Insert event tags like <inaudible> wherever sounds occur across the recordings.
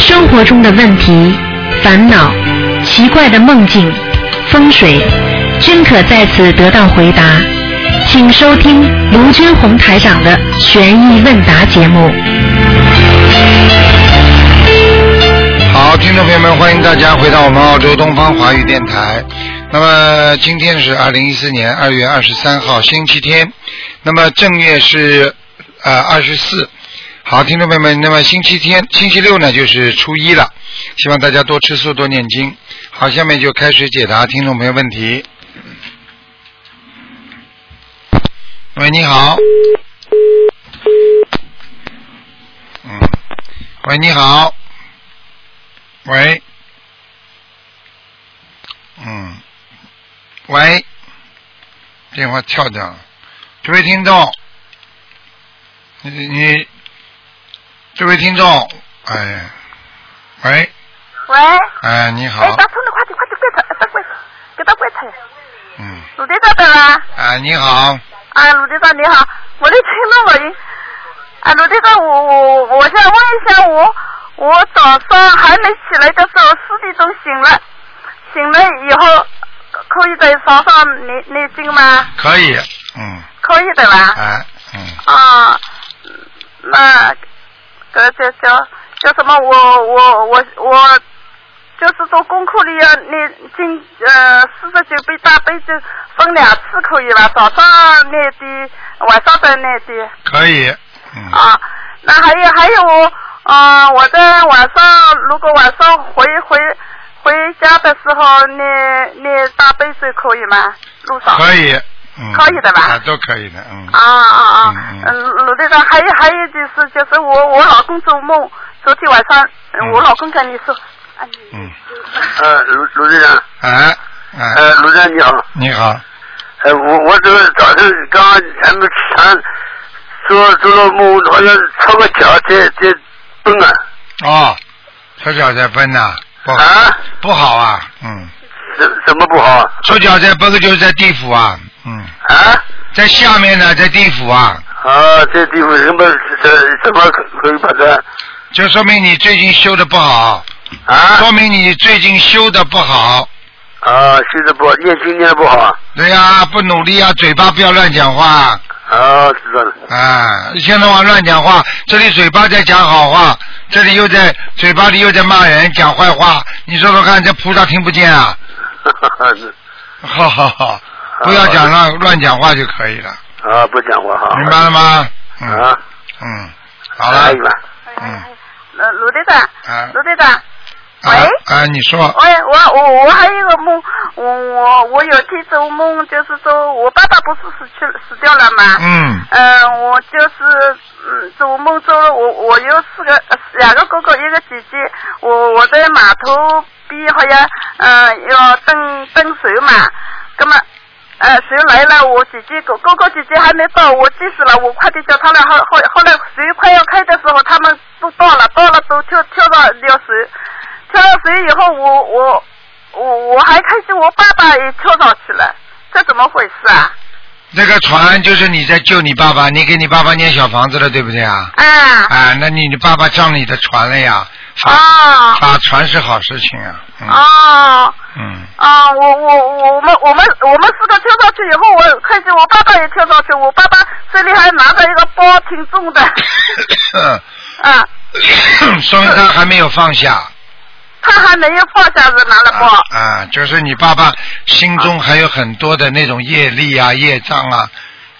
生活中的问题、烦恼、奇怪的梦境、风水，均可在此得到回答。请收听卢军红台长的《悬疑问答》节目。好，听众朋友们，欢迎大家回到我们澳洲东方华语电台。那么今天是二零一四年二月二十三号，星期天。那么正月是呃二十四。好，听众朋友们，那么星期天、星期六呢就是初一了，希望大家多吃素、多念经。好，下面就开始解答听众朋友问题。喂，你好。嗯。喂，你好。喂。嗯。喂。电话跳掉了。这位听众，你你，这位听众，哎呀，喂，喂，哎，你哎，好打，通了，快点，快点，快点，把柜，给他柜拆。嗯，鲁队长对吧？哎，你好，啊，鲁队长你好，我的听众我，啊，鲁队长，我我我想问一下我，我早上还没起来的时候四点钟醒了，醒了以后可以在床上念念经吗？可以，嗯，可以的吧？哎，嗯，啊，那这这叫叫什么？我我我我就是做功课里要念经，呃，四十九遍大悲咒分两次可以吧？早上念的，晚上再念的可以，嗯，啊。那还有还有我，啊、我在晚上如果晚上回回回家的时候念念大悲咒可以吗？路上可以，嗯，可以的吧啊，都可以的，嗯，啊啊啊嗯！嗯，鲁队长，还有还有就是就是我我老公做梦，昨天晚上呃嗯我老公跟你说，啊你嗯，呃，卢卢队长，哎，哎，呃，卢队长你好，你好，呃，我我这个早上刚刚咱们谈做做了梦，好像超个脚在在蹦啊哦，手脚在奔呐，不好，啊，不好啊，嗯，怎怎么不好啊？手脚在奔就是在地府啊，嗯，啊，在下面呢，在地府啊，啊，这地方什么什什么可以把它就说明你最近修的不好，啊说明你最近修的不好。啊修的不好，念经念的不好啊对呀、不努力啊，嘴巴不要乱讲话啊，知道了 <laughs> 啊！一天到晚乱讲话，这里嘴巴在讲好话，这里又在嘴巴里又在骂人、讲坏话。你说说看，这菩萨听不见啊？哈哈哈是哈哈哈！不要讲乱乱讲话就可以了，啊，不讲话哈，明白了吗？嗯啊，哎嗯，好了可以，吧？嗯呃鲁队长，啊鲁队长，啊啊！你说喂，我我我还有一个梦，我我我有天做梦，就是说我爸爸不是死去了死掉了吗？嗯呃，我就是嗯，做梦中我我有四个呃两个哥哥一个姐姐，我我在码头边好像嗯要登登船嘛，那么呃谁来了？我姐姐哥哥哥姐姐还没到，我急死了，我快点叫他们。后后后来水快要开的时候，他们都到了，到了都跳跳到了水，跳到水以后我我我我还看见我爸爸也跳上去了，这怎么回事啊？这个船就是你在救你爸爸，你给你爸爸念小房子了，对不对啊？啊啊，那你你爸爸上你的船了呀？发啊！发船是好事情啊。嗯、哦 <coughs> 嗯，啊，我我我们我们我们四个跳上去以后，我看见我爸爸也跳上去，我爸爸手里还拿着一个包，挺 <laughs> 重的，啊，说明他还没有放下他还没有放下子拿了包啊，啊，就是你爸爸心中还有很多的那种业力啊、业障啊，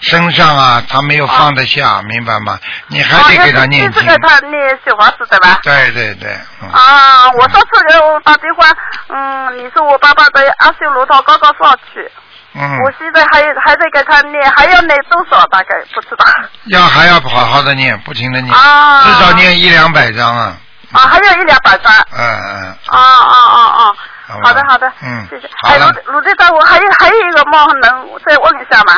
身上啊，他没有放得下，明白吗？你还啊，得给他一念直经给。他念小房子对吧？对对对，嗯，啊，我上次给我打电话，嗯，你说我爸爸在阿修罗道刚刚上去，嗯我现在还还在给他念，还要念多少大概不知道。要还要好好的念，不停的念，啊至少念一两百章啊。啊，还有一两百张。嗯嗯，哦哦哦好哦，吧好的好的，嗯谢谢。好哎，了鲁队鲁队长，我还有还有一个梦，能再问一下吗？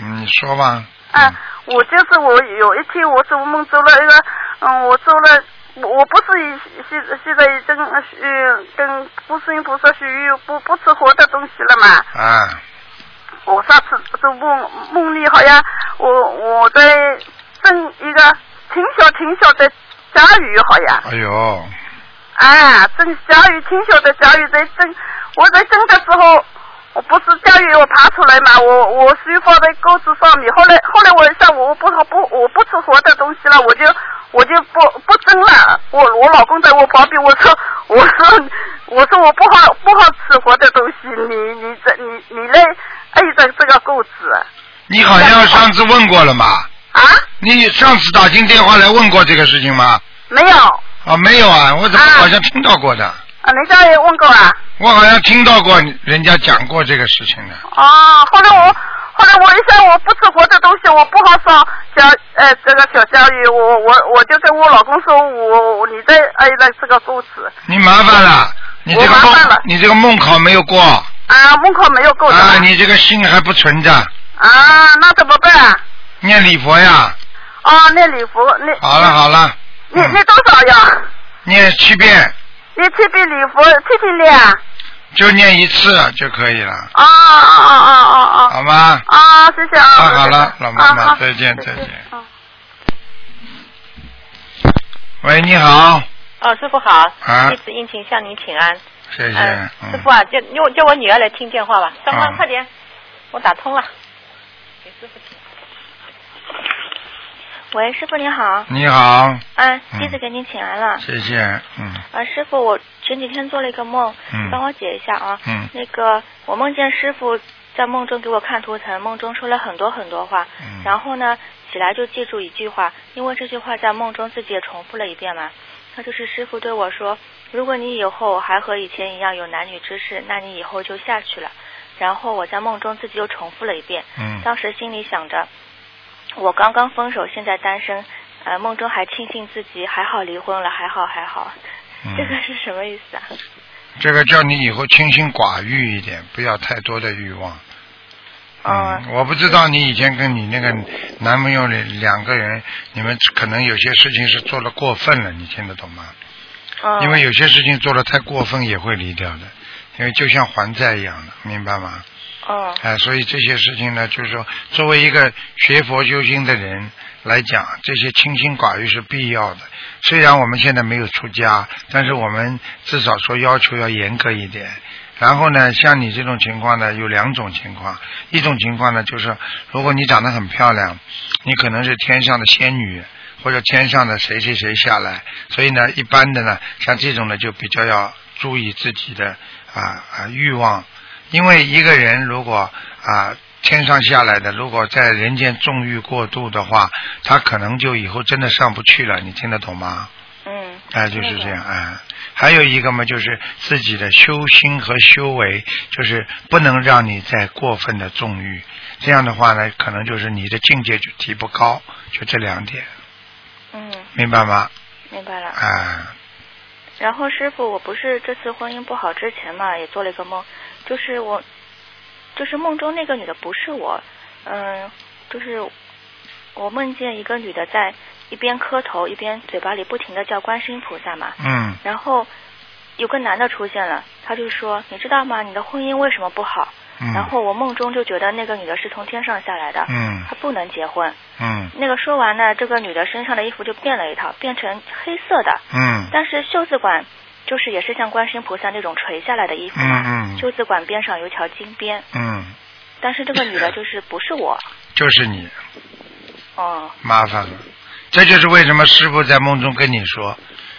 嗯你说吧。嗯，我就是我有一天我做梦做了一个，嗯，我做了，我我不是现现在已经呃跟不是菩萨许愿不不吃活的东西了嘛？啊，我上次做梦梦里好像我我在蒸一个挺小挺小的甲鱼好像哎呦，啊，正小雨清晓得小雨在蒸，我在蒸的时候，我不是小雨我爬出来嘛，我我手放在钩子上面，后来后来我想我不不我不吃活的东西了，我就我就不不蒸了。我我老公在我旁边，我说我说我说我不好不好吃活的东西，你你这你你来挨着这个钩子你好像上次问过了嘛？啊？你上次打进电话来问过这个事情吗？没有啊，啊，没有啊，我怎么啊好像听到过的？人家也问过啊。我好像听到过人家讲过这个事情的。哦，后来我后来我一想我不吃活的东西，我不好烧小呃这个小香鱼，我我我就跟我老公说，我我你在哎那这个钩子你麻烦了，你这个我麻烦梦了，你这个梦考没有过啊，门口没有钩子啊，你这个心还不存着，啊，那怎么办啊？念礼佛呀。哦，那礼服那好了好嗯了，你你多少呀？念七遍你七遍礼服七遍练啊？就念一次就可以了，啊啊啊啊啊啊！好吗？啊，谢谢啊！好好了，老妈啊妈，好再见再谢谢见。嗯喂，你好，哦，师傅好，啊哎弟子殷勤向您请安。谢谢呃嗯，。嗯师傅啊，叫用叫我女儿来听电话吧，张啊芳，快点，我打通了，给师傅请。喂，师傅您好，你好，嗯，嗯弟子给您请安了。谢谢，嗯啊，师傅，我前几天做了一个梦，嗯帮我解一下啊。嗯那个，我梦见师傅在梦中给我看图腾，梦中说了很多很多话，嗯然后呢，起来就记住一句话，因为这句话在梦中自己也重复了一遍嘛。那就是师傅对我说：“如果你以后还和以前一样有男女之事，那你以后就下去了。”然后我在梦中自己又重复了一遍。嗯当时心里想着，我刚刚分手，现在单身，呃，梦中还庆幸自己还好离婚了，还好还好，这嗯，个是什么意思啊？这个叫你以后清心寡欲一点，不要太多的欲望。哦嗯，我不知道你以前跟你那个男朋友两两个人，你们可能有些事情是做的过分了，你听得懂吗？嗯，因为有些事情做的太过分也会离掉的，因为就像还债一样的，明白吗？嗯哎，所以这些事情呢，就是说，作为一个学佛修心的人来讲，这些清心寡欲是必要的。虽然我们现在没有出家，但是我们至少说要求要严格一点。然后呢，像你这种情况呢，有两种情况，一种情况呢，就是如果你长得很漂亮，你可能是天上的仙女，或者天上的谁谁谁下来，所以呢，一般的呢，像这种呢，就比较要注意自己的啊啊欲望，因为一个人如果啊天上下来的，如果在人间纵欲过度的话，他可能就以后真的上不去了，你听得懂吗？嗯哎，就是这样，哎。还有一个嘛，就是自己的修心和修为，就是不能让你再过分的纵欲，这样的话呢，可能就是你的境界就提不高，就这两点，嗯，明白吗？明白了。啊，然后师傅，我不是这次婚姻不好之前嘛，也做了一个梦，就是我，就是梦中那个女的不是我，嗯，就是我梦见一个女的在一边磕头一边嘴巴里不停的叫观世音菩萨嘛，嗯然后有个男的出现了，他就说：“你知道吗？你的婚姻为什么不好？”嗯，然后我梦中就觉得那个女的是从天上下来的，嗯她不能结婚。嗯那个说完呢，这个女的身上的衣服就变了一套，变成黑色的，嗯但是袖子管就是也是像观世音菩萨那种垂下来的衣服嘛，嗯嗯袖子管边上有一条金边，嗯，但是这个女的就是不是我，就是你，嗯哦，麻烦了。这就是为什么师傅在梦中跟你说，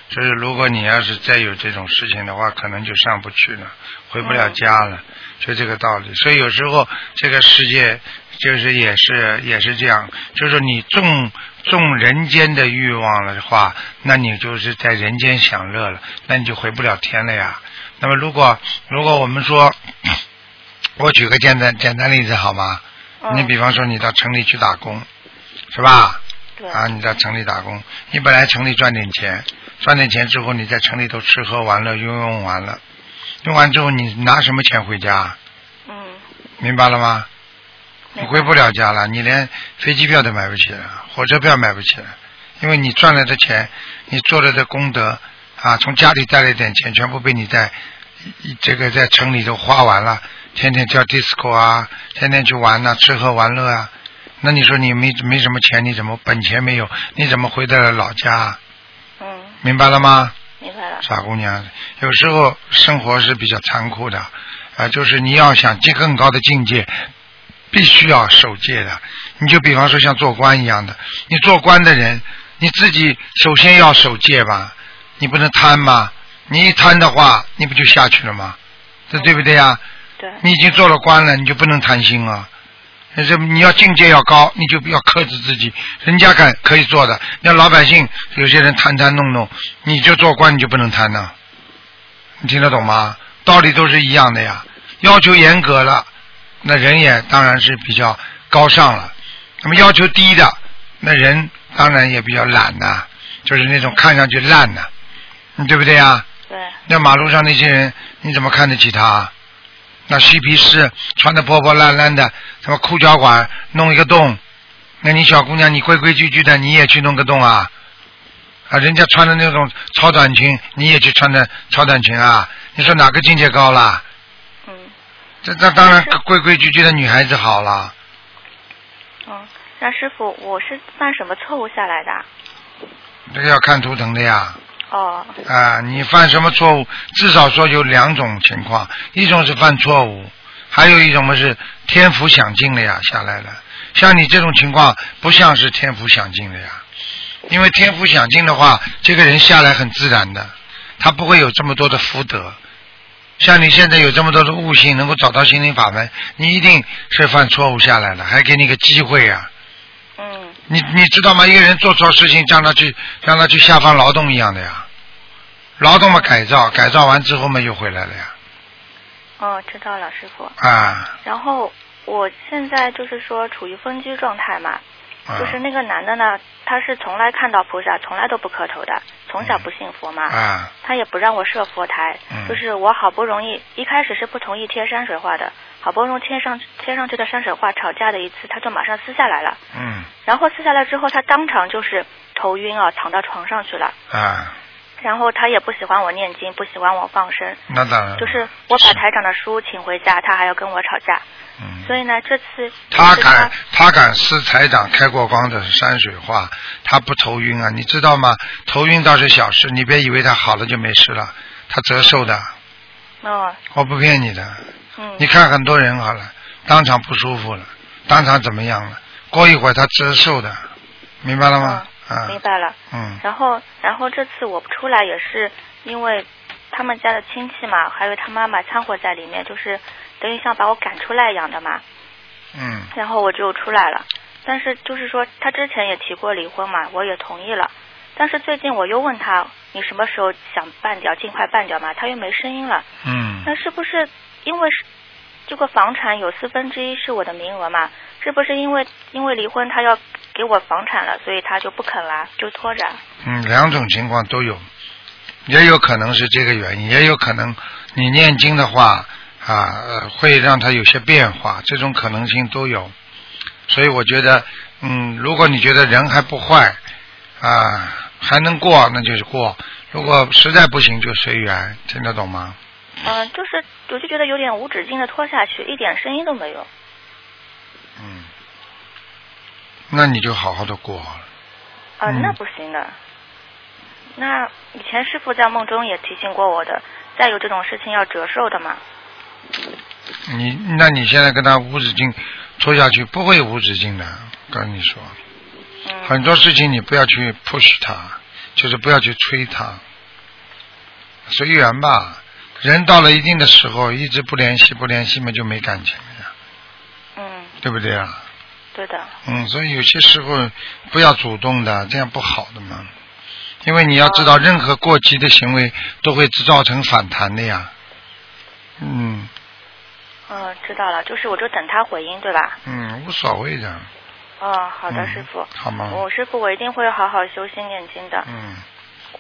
就是如果你要是再有这种事情的话，可能就上不去了，回不了家了，就这个道理。所以有时候这个世界就是也是也是这样，就是你纵纵人间的欲望了的话，那你就是在人间享乐了，那你就回不了天了呀。那么如果如果我们说，我举个简单简单例子好吗？嗯你比方说你到城里去打工，是吧？对，啊，你到城里打工，你本来城里赚点钱，赚点钱之后你在城里头吃喝玩乐用用完了，用完之后你拿什么钱回家？嗯，明白了吗？你明白回不了家了，你连飞机票都买不起了，火车票买不起了，因为你赚来的钱，你做了的功德啊，从家里带来一点钱，全部被你在一这个在城里头花完了，天天跳 disco 啊，天天去玩呐、吃喝玩乐啊，那你说你没没什么钱，你怎么本钱没有，你怎么回得了老家啊？嗯，明白了吗？明白了。傻姑娘，有时候生活是比较残酷的，啊、就是你要想进更高的境界，必须要守戒的。你就比方说像做官一样的，你做官的人，你自己首先要守戒吧，你不能贪嘛，你一贪的话，你不就下去了吗？这对不对呀？对，你已经做了官了，你就不能贪心啊。这你要境界要高，你就要克制自己。人家敢可以做的，那老百姓有些人贪贪弄弄，你就做官你就不能贪呢。你听得懂吗？道理都是一样的呀。要求严格了，那人也当然是比较高尚了。那么要求低的，那人当然也比较懒呐、就是那种看上去烂呐、你对不对呀？对，那马路上那些人，你怎么看得起他啊？那嬉皮士穿的破破烂烂的，什么裤脚管弄一个洞，那你小姑娘你规规矩矩的，你也去弄个洞啊？啊，人家穿的那种超短裙，你也去穿的超短裙啊？你说哪个境界高啦？嗯这这当然规规矩矩的女孩子好啦。嗯。那师傅，我是犯什么错误下来的？啊这个要看图腾的呀。哦，啊，你犯什么错误？至少说有两种情况，一种是犯错误，还有一种嘛是天福享尽了呀，下来了。像你这种情况，不像是天福享尽了呀，因为天福享尽的话，这个人下来很自然的，他不会有这么多的福德。像你现在有这么多的悟性，能够找到心灵法门，你一定是犯错误下来了，还给你个机会啊呀、嗯你你知道吗？一个人做错事情，让他去让他去下放劳动一样的呀，劳动嘛改造，改造完之后嘛又回来了呀，哦，知道了，师傅。啊然后我现在就是说处于分居状态嘛，啊就是那个男的呢，他是从来看到菩萨，从来都不磕头的，从嗯小不信佛嘛，啊他也不让我设佛台，嗯就是我好不容易一开始是不同意贴山水画的，好不容易贴上贴上去的山水画，吵架的一次他就马上撕下来了，嗯然后撕下来之后他当场就是头晕啊，躺到床上去了，啊，然后他也不喜欢我念经，不喜欢我放生，那当然了，就是我把台长的书请回家，他还要跟我吵架，嗯，所以呢这次他就是敢他敢撕台长开过光的山水画，他不头晕啊，你知道吗？头晕倒是小事，你别以为他好了就没事了，他折寿的，哦我不骗你的。嗯你看很多人好了，当场不舒服了，当场怎么样了？过一会儿他折寿的，明白了吗？啊，哦明白了。嗯然后，然后这次我出来也是因为他们家的亲戚嘛，还有他妈妈掺和在里面，就是等于像把我赶出来一样的嘛。嗯然后我就出来了，但是就是说他之前也提过离婚嘛，我也同意了。但是最近我又问他，你什么时候想办掉，尽快办掉嘛？他又没声音了。嗯，那是不是因为是这个房产有四分之一是我的名额嘛？是不是因为因为离婚他要给我房产了，所以他就不肯啦，就拖着？嗯，两种情况都有，也有可能是这个原因，也有可能你念经的话啊、呃会让他有些变化，这种可能性都有。所以我觉得，嗯，如果你觉得人还不坏啊、还能过，那就是过；如果实在不行，就随缘，听得懂吗？嗯，就是我就觉得有点无止境的拖下去，一点声音都没有。嗯，那你就好好的过好了。啊、嗯那不行的。那以前师傅在梦中也提醒过我的，再有这种事情要折寿的嘛。你那你现在跟他无止境拖下去，不会无止境的。跟你说，嗯，很多事情你不要去 push 他，就是不要去催他，随缘吧。人到了一定的时候，一直不联系，不联系嘛就没感情了呀，嗯，对不对啊？对的，嗯，所以有些时候不要主动的，这样不好的嘛。因为你要知道，任何过激的行为都会造成反弹的呀。嗯。嗯，知道了，就是我就等他回应，对吧？嗯，无所谓的。哦，好的，嗯师傅。好吗？我、师傅，我一定会好好修心念经的。嗯，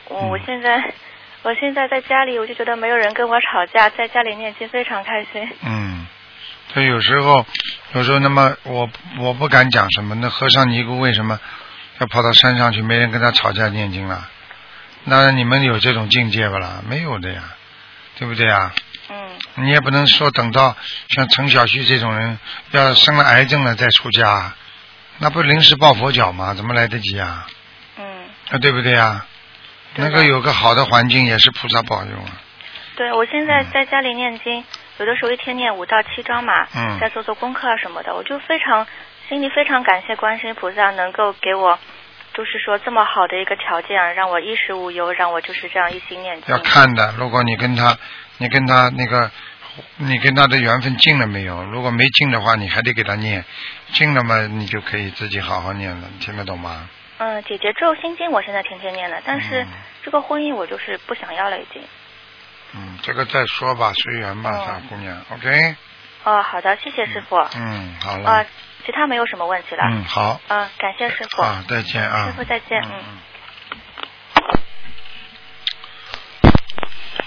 我、嗯我现在，我现在在家里，我就觉得没有人跟我吵架，在家里念经非常开心。嗯，所以有时候，有时候那么我我不敢讲什么。那和尚尼姑为什么要跑到山上去，没人跟他吵架念经了？那你们有这种境界不啦？没有的呀，对不对呀？嗯，你也不能说等到像陈小旭这种人要生了癌症了再出家，那不临时抱佛脚吗？怎么来得及啊？嗯，啊，对不对啊？那个有个好的环境也是菩萨保佑啊。对，我现在在家里念经，有的时候一天念五到七章嘛，嗯再做做功课啊什么的，我就非常心里非常感谢观世音菩萨能够给我，就是说这么好的一个条件，啊让我衣食无忧，让我就是这样一心念经要。看的，如果你跟他，你跟他那个，你跟他的缘分尽了没有？如果没尽的话，你还得给他念，尽了嘛，你就可以自己好好念了，听得懂吗？嗯，姐姐咒心经我现在天天念的，但是嗯这个婚姻我就是不想要了已经。嗯，这个再说吧，随缘吧，哦傻姑娘，OK？哦，好的，谢谢师傅。嗯，好了哦呃，，其他没有什么问题了。嗯，好，嗯、感谢师傅。啊，再见啊，师傅再见嗯嗯嗯。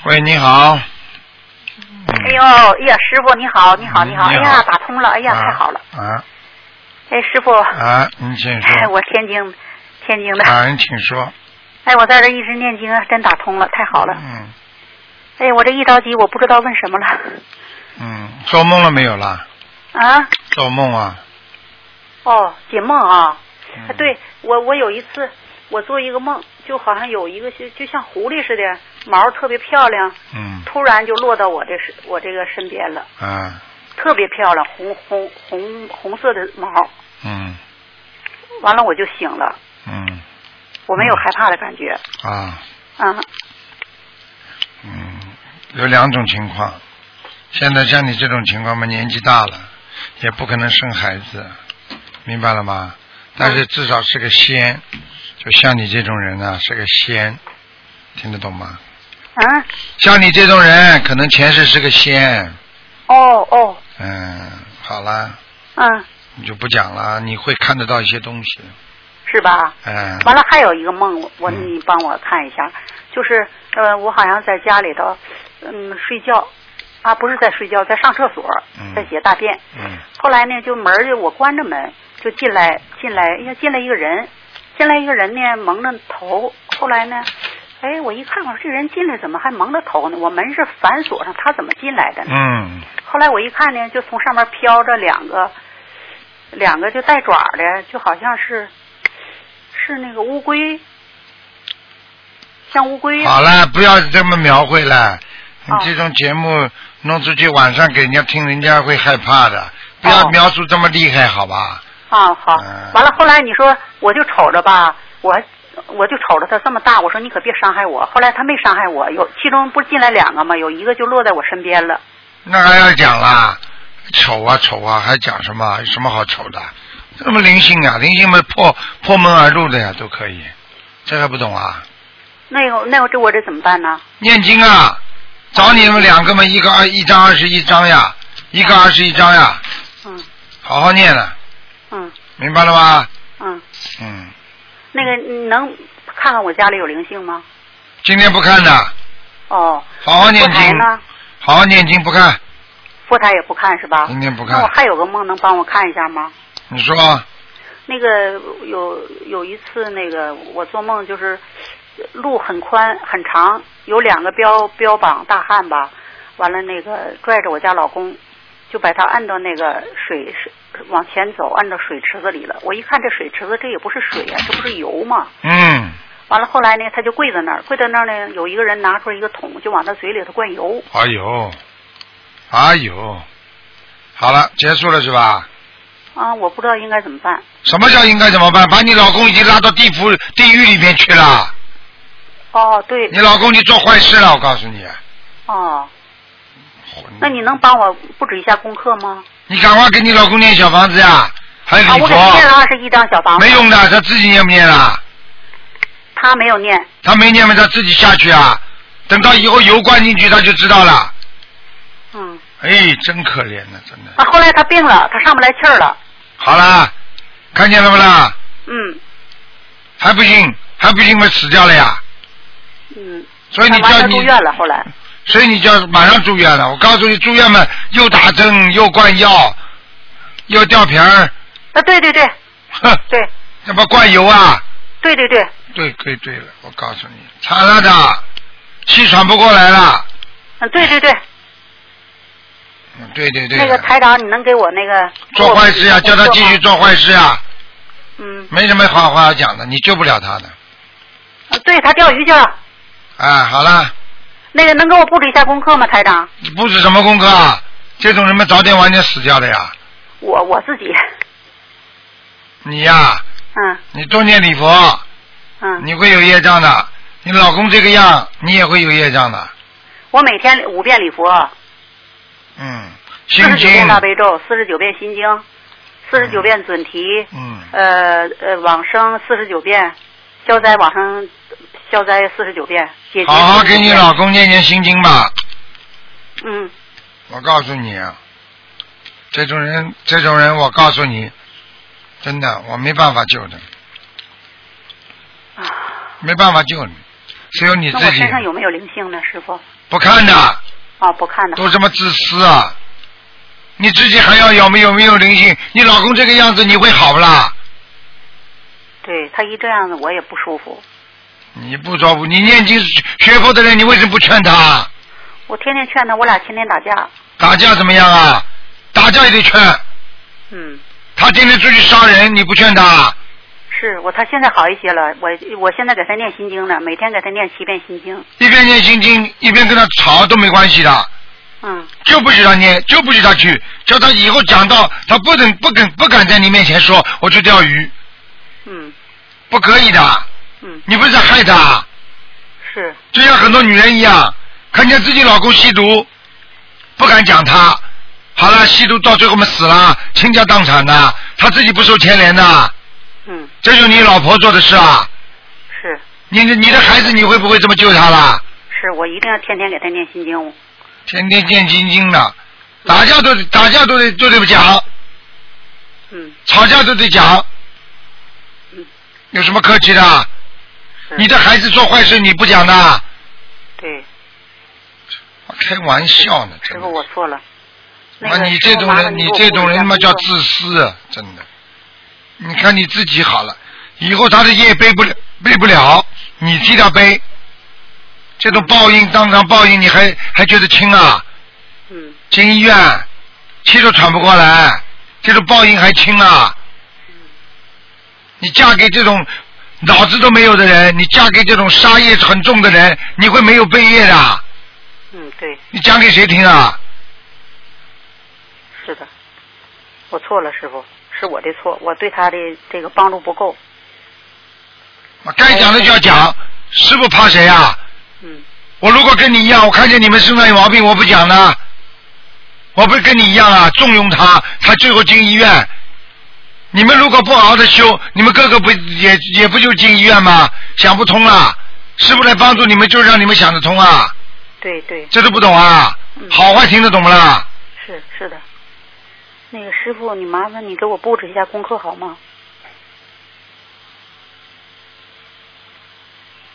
喂，你好。哎呦，哎呀，师傅你好，你好，嗯你好，哎你好呀，打通了，哎哎呀，太好了，啊哎，师傅，啊，你请哎，说。我天津，天津的，啊，你请说。哎，我在这一直念经，啊真打通了，太好了，嗯哎，我这一着急，我不知道问什么了，嗯，做梦了没有啦？啊，做梦啊。哦，解梦啊，嗯哎，。对我，我有一次我做一个梦，就好像有一个就就像狐狸似的，毛特别漂亮，嗯突然就落到我这身我这个身边了，啊特别漂亮，红红红红色的毛，嗯完了我就醒了，嗯我没有害怕的感觉，啊啊，嗯，有两种情况。现在像你这种情况嘛，年纪大了，也不可能生孩子，明白了吗？但是至少是个仙，就像你这种人啊，是个仙，听得懂吗？啊，像你这种人，可能前世是个仙。哦哦，嗯，好啦，嗯，你就不讲了，你会看得到一些东西。是吧？嗯，完了还有一个梦，我我嗯你帮我看一下，就是呃，我好像在家里头，嗯，睡觉，啊，不是在睡觉，在上厕所嗯，在解大便。嗯后来呢，就门儿就我关着门，就进来进来，哎呀，进来一个人，进来一个人呢，蒙着头。后来呢，哎，我一看，我说这人进来怎么还蒙着头呢？我门是反锁上，他怎么进来的呢？嗯后来我一看呢，就从上面飘着两个，两个就带爪儿的，就好像是是那个乌龟，像乌龟。好了，不要这么描绘了。你哦这种节目弄出去，晚上给人家听，人家会害怕的。不要哦描述这么厉害，好吧？啊，好嗯。完了，后来你说我就瞅着吧，我还我就瞅着它这么大，我说你可别伤害我。后来它没伤害我，有其中不是进来两个吗？有一个就落在我身边了。那还要讲啦？丑啊丑啊，还讲什么？有什么好丑的？这么灵性啊，灵性嘛破破门而入的呀，都可以。这还不懂啊？那个那个这我这怎么办呢？念经啊，找你们两个嘛，一个二一张二十一张呀，一个二十一张呀，嗯好好念了，嗯明白了吗？嗯，嗯，那个你能看看我家里有灵性吗？今天不看的，哦，好好念佛台经，呢？好好念经不看，佛台也不看是吧？今天不那我看。还有个梦，能帮我看一下吗？你说，那个有有一次，那个我做梦就是路很宽很长，有两个标标榜大汉吧，完了那个拽着我家老公，就把他按到那个水水往前走，按到水池子里了。我一看这水池子，这也不是水呀、这不是油吗？嗯，完了后来呢，他就跪在那儿，跪在那儿呢，有一个人拿出一个桶，就往他嘴里头灌油。哎呦，哎呦，好了，结束了是吧？啊，我不知道应该怎么办。什么叫应该怎么办？把你老公已经拉到地府、地狱里面去了。哦，对你，老公你做坏事了，我告诉你。哦，那你能帮我布置一下功课吗？你赶快给你老公念小房子呀，还有啊，礼我给佛。他念了二十一张小房子，没用的，他自己念不念啦？他没有念。他没念嘛，他自己下去啊。等到以后油灌进去，他就知道了。嗯，哎，真可怜呢、真的。啊，后来他病了，他上不来气儿了。好啦，看见了不啦？嗯还不行，还不行，我死掉了呀。嗯，所以你完叫了你住，院了，后来。所以你叫马上住院了。我告诉你，住院嘛，又打针，又灌药，又吊瓶儿，啊，对对对哼，对那不灌油啊？对对对，对对对了，我告诉你，惨了的，气喘不过来了。嗯对对对，嗯对对对了。那个台长，你能给我那个做坏事呀、叫他继续。做坏事呀、嗯，没什么好话要讲的，你救不了他的。啊对他钓鱼去了。啊，好了，那个能给我布置一下功课吗，台长？你布置什么功课啊？这种人们早点晚点死掉的呀。我我自己，你呀、嗯你多念礼佛，嗯，你会有业障的。你老公这个样，你也会有业障的。我每天五遍礼佛，嗯，四心十九经遍，大悲咒，四十九遍心经，四十九遍准提，嗯，呃呃往生四十九遍，消灾往生消灾四十九遍，解决好好给49你遍老公念念心经吧。嗯我告诉你，啊，这种人，这种人，我告诉你，真的，我没办法救的，啊，没办法救你，只有你那自我己身上有没有灵性呢，师傅？不看的。啊，不看的，都这么自私啊！你自己还要有没有没有灵性？你老公这个样子，你会好不啦？对他一这样子我也不舒服，你不着不，你念经学佛的人，你为什么不劝他？我天天劝他，我俩天天打架，打架怎么样啊？打架也得劝。嗯。他今天出去杀人，你不劝他？是我，他现在好一些了。我我现在给他念心经呢，每天给他念七遍心经。一边念心经，一边跟他吵都没关系的，嗯，就不许他念，就不许他去，叫他以后讲到他不能不敢不敢在你面前说我去钓鱼，嗯不可以的。嗯，你不是在害他？是就像很多女人一样，看见自己老公吸毒，不敢讲他。好了，吸毒到最后嘛死了，倾家荡产的，他自己不受牵连的，嗯这就是你老婆做的事啊！是你的你的孩子，你会不会这么救他啦？是，我一定要天天给他念心经。天天念经经的，打架都打架都得都得讲，嗯吵架都得讲嗯，有什么客气的？是，你的孩子做坏事你不讲的？对开玩笑呢，师真的傅。我错了。那啊，个你师这傅种麻烦人，你你给这我布置种一人下他妈叫功课自私啊，真的。你看你自己好了，以后他的业背不了，背不了，你替他背。这种报应，当场报应，你还还觉得轻啊？嗯进医院，气都喘不过来，这种报应还轻啊？你嫁给这种脑子都没有的人，你嫁给这种杀业很重的人，你会没有背业的？啊嗯，对，你讲给谁听啊？哎是的，我错了，师傅，是我的错，我对他的这个帮助不够。该讲的就要哎讲，师傅怕谁啊？嗯我如果跟你一样，我看见你们身上有毛病，我不讲呢，我不是跟你一样啊，纵容他，他最后进医院。你们如果不好好的修，你们个个不也也不就进医院吗？想不通啊了，师傅来帮助你们，就让你们想得通啊，对对这都不懂啊嗯，好坏听得懂不啦？是是的。那个师傅，你麻烦你给我布置一下功课好吗？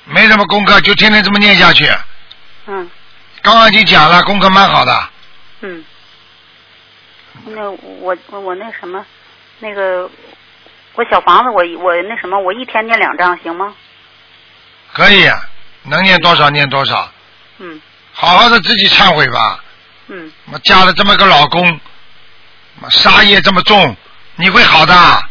没什么功课，就天天这么念下去。嗯。刚刚已经讲了，功课蛮好的，嗯，那我我我那什么，那个我小房子我我那什么我一天念两张行吗？可以，能念多少念多少，嗯好好的自己忏悔吧。嗯，我嫁了这么个老公，妈杀业这么重，你会好的？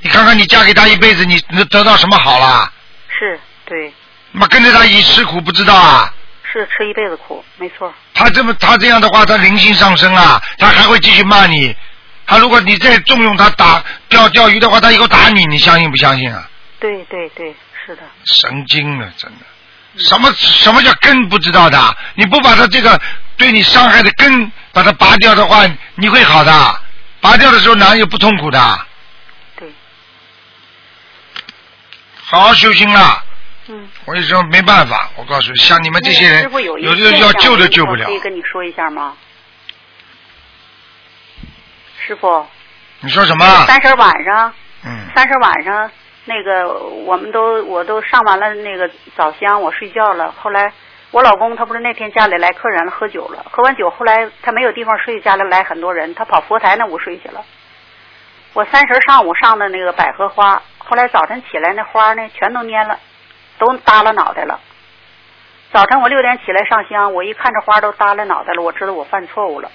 你看看你嫁给他一辈子，你能得到什么好啦？是对，妈跟着他一起吃苦不知道啊？是吃一辈子苦，没错。他这么他这样的话，他灵性上升啊，他还会继续骂你。他如果你再重用他打钓钓鱼的话，他以后打你，你相信不相信啊？对对对，是的，神经了，真的。嗯什么什么叫根不知道的？你不把他这个对你伤害的根把它拔掉的话，你会好的。拔掉的时候哪有不痛苦的？对，好好修心啦。嗯。我跟你说没办法，我告诉你，像你们这些那个人师傅，有一个的时候现要象救都我救不了可。以跟你说一下吗？师傅，你说什么？三十晚上，嗯三十晚上，那个我们都我都上完了那个早香，我睡觉了。后来我老公他不是那天家里来客人了，喝酒了，喝完酒后来他没有地方睡，家里来很多人，他跑佛台那屋睡去了。我三十上午上的那个百合花，后来早晨起来那花呢全都蔫了，都耷拉脑袋了。早晨我六点起来上香，我一看这花都耷拉脑袋了，我知道我犯错误了。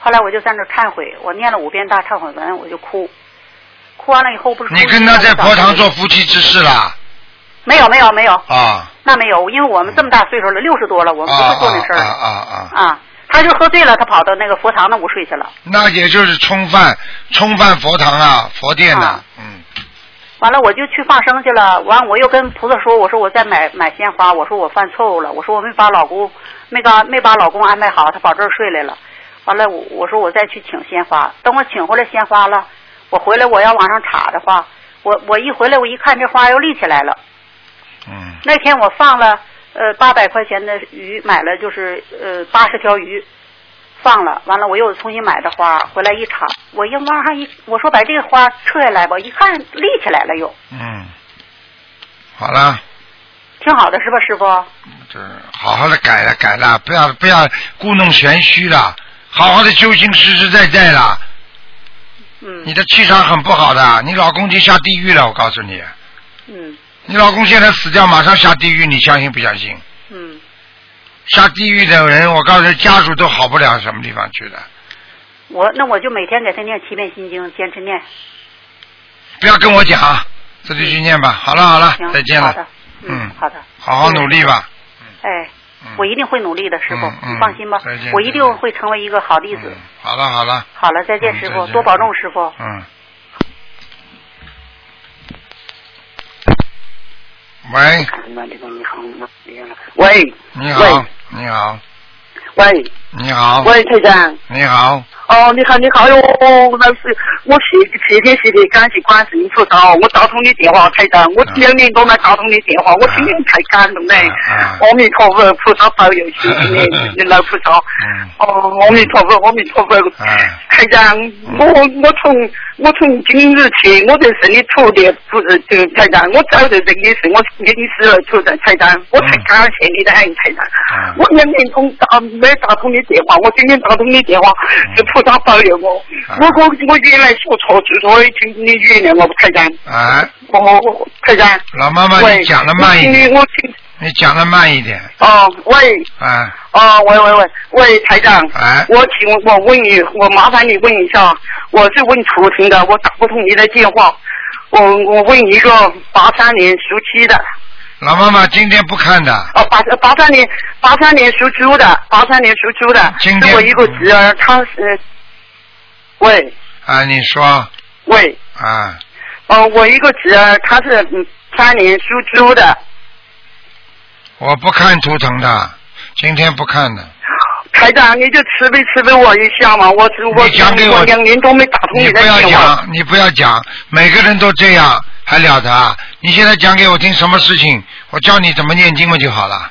后来我就在那儿忏悔，我念了五遍大忏悔文，我就哭。哭完了以后不是你跟他在佛堂做夫妻之事啦？没有没有没有，啊，那没有，因为我们这么大岁数了，六十多了，我们不会做那事儿啊啊啊啊啊！啊。他是喝醉了，他跑到那个佛堂那屋睡去了。那也就是冲犯冲犯佛堂啊，佛殿呐、啊嗯，完了我就去放生去了，完我又跟菩萨说，我说我再买买鲜花，我说我犯错误了，我说我没把老公没把没把老公安排好，他跑这儿睡来了。完了我我说我再去请鲜花，等我请回来鲜花了，我回来我要往上插的话，我我一回来我一看这花又立起来了。嗯那天我放了呃八百块钱的鱼，买了就是呃八十条鱼，放了，完了我又重新买的花，回来一插，我一往上一我说把这个花撤下来吧，一看立起来了又，嗯，好了，挺好的是吧，师傅？这好好的改了改了，不要不要故弄玄虚了，好好的修行实实在在了。嗯你的气场很不好的，你老公已经下地狱了，我告诉你，嗯你老公现在死掉，马上下地狱，你相信不相信？嗯下地狱的人，我告诉你，家属都好不了什么地方去的。我那我就每天给他念七遍心经，坚持念，不要跟我讲，自己去念吧。好了好了行，，再见好了的，，嗯嗯，好的，好好努力吧。哎，嗯我一定会努力的，师傅，嗯嗯你放心吧再见，我一定会成为一个好弟子嗯。好了好了，好了，再见，嗯师再傅，见多保重，师傅。嗯。喂，喂你好，你好，喂你好，喂，台长。你好，哦，你好，你好哟！那是我谢谢天谢天，感谢观世音菩萨哦！我打通你电话，台长，我两年多没打通你电话，我今天太感动了！啊阿弥陀佛，菩萨保佑，谢 <laughs> 谢你，你老菩萨。嗯哦，阿弥陀佛，阿弥陀佛。啊嗯台长，我我从我从今日起，我在这里土的不是这个台长，我找的这个是我给你是土的台长，我太感谢你的爱台长。嗯我两年通打没打通你电话，我今天打通你电话嗯是菩萨保佑我。啊我我我原来说错，就说请你原谅我台长，哎，我我台长。老妈妈，喂，你讲的慢一点，我听你讲的慢一点，哦，喂。啊，哦，喂喂喂喂，台长，哎我请我问你，我麻烦你问一下，我是问楚婷的，我打不通你的电话，我我问一个八三年属鸡的，老妈妈今天不看的，哦八八三年八三年属猪的，八三年属猪的，今天是我一个侄儿，他是，喂啊，你说，喂，啊，哦，我一个侄儿，他是嗯三年属猪的，我不看图腾的，今天不看的，台长你就慈悲慈悲我一下嘛，我我你讲给我我两年都没打通你的不要电话。讲，你不要讲，每个人都这样，还了得啊？你现在讲给我听什么事情，我教你怎么念经嘛就好了。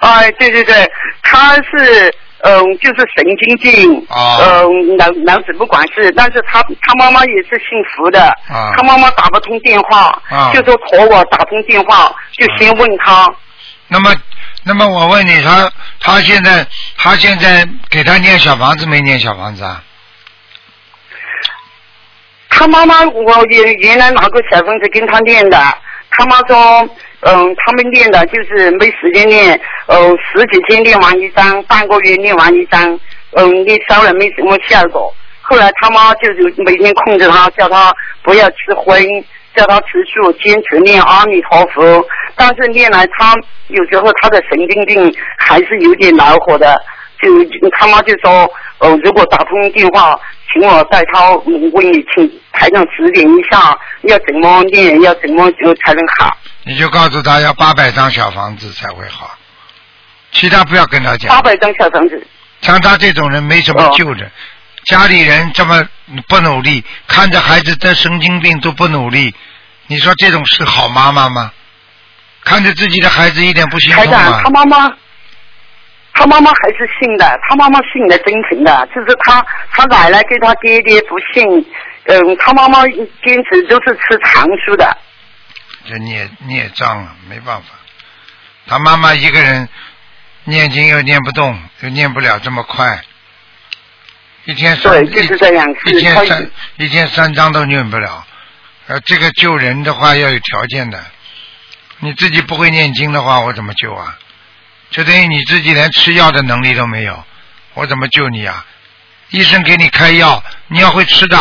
哎，对对对，他是嗯，就是神经病，哦嗯，脑脑子不管事，但是他他妈妈也是幸福的，啊他妈妈打不通电话，啊就说托我打通电话，就先问他，那么，那么我问你，他他现在他现在给他念小房子没念小房子啊？他妈妈我原原来拿过小房子跟他念的，他妈说。嗯，他们念的就是没时间念，呃，十几天念完一张，半个月念完一张，嗯，念烧了没什么效果。后来他妈就是每天控制他，叫他不要吃荤，叫他吃素，坚持念阿弥陀佛。但是念来他有时候他的神经病还是有点恼火的，就他妈就说，呃，如果打通电话，请我带他嗯问你，请台上指点一下，要怎么念，要怎么就才能好。你就告诉他要八百张小房子才会好，其他不要跟他八讲。百张小房子，像他这种人没什么救的，家里人这么不努力，看着孩子得神经病都不努力，你说这种是好妈妈吗？看着自己的孩子一点不心台痛长吗他？妈妈，他妈妈还是信的，他妈妈信的真诚的，就是他他奶奶跟他爹爹不信，嗯，他妈妈坚持都是吃常素的，这孽孽障了，没办法。他妈妈一个人念经又念不动，又念不了这么快，一天三对，就是这样，一是天他三一天三章都念不了。呃，这个救人的话要有条件的，你自己不会念经的话，我怎么救啊？就等于你自己连吃药的能力都没有，我怎么救你啊？医生给你开药，你要会吃的。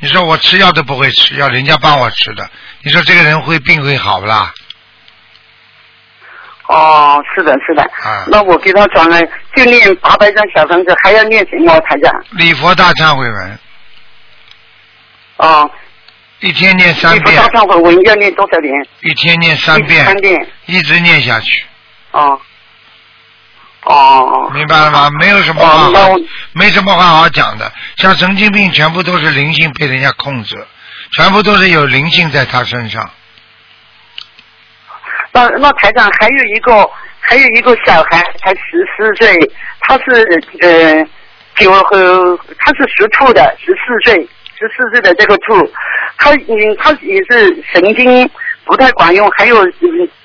你说我吃药都不会吃药，人家帮我吃的，你说这个人会病会好不啦？哦，是的，是的。啊那我给他转了，就念八百张小房子，还要念什么台长？礼佛大忏悔文哦，一天念三你不遍大，忏悔文要念多少遍？一天念三遍，三遍。一直念下去，哦。哦。明白了吗？没有什么哦，那话我好，没什么话好讲的。像神经病，全部都是灵性被人家控制，全部都是有灵性在他身上。那那台长还有一个还有一个小孩才十四岁，他是呃九和他是属兔的，十四岁十四岁的这个兔，他嗯他也是神经不太管用，还有嗯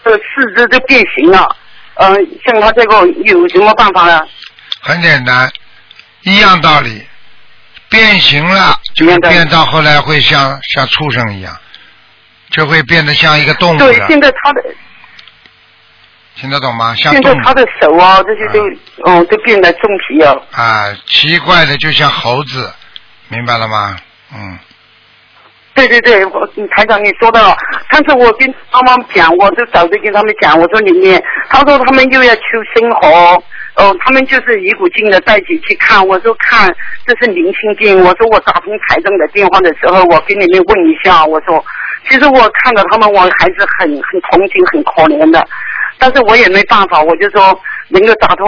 这个四肢都变形了，嗯、像他这个有什么办法呢？很简单，一样道理，变形了就一是样道理变到后来会像像畜生一样，就会变得像一个动物对，了，现在他的听得懂吗？像现在动物他的手啊这些都嗯都变得重皮了。啊，奇怪的就像猴子，明白了吗？嗯，对对对，我台长你说的了。但是我跟他们讲，我就早就跟他们讲，我说你们，他说他们又要求生活，哦、他们就是一股劲的带起去看。我说看，这是灵性病。我说我打通台长的电话的时候，我跟你们问一下，我说，其实我看到他们，我还是很很同情、很可怜的。但是我也没办法，我就说能够打通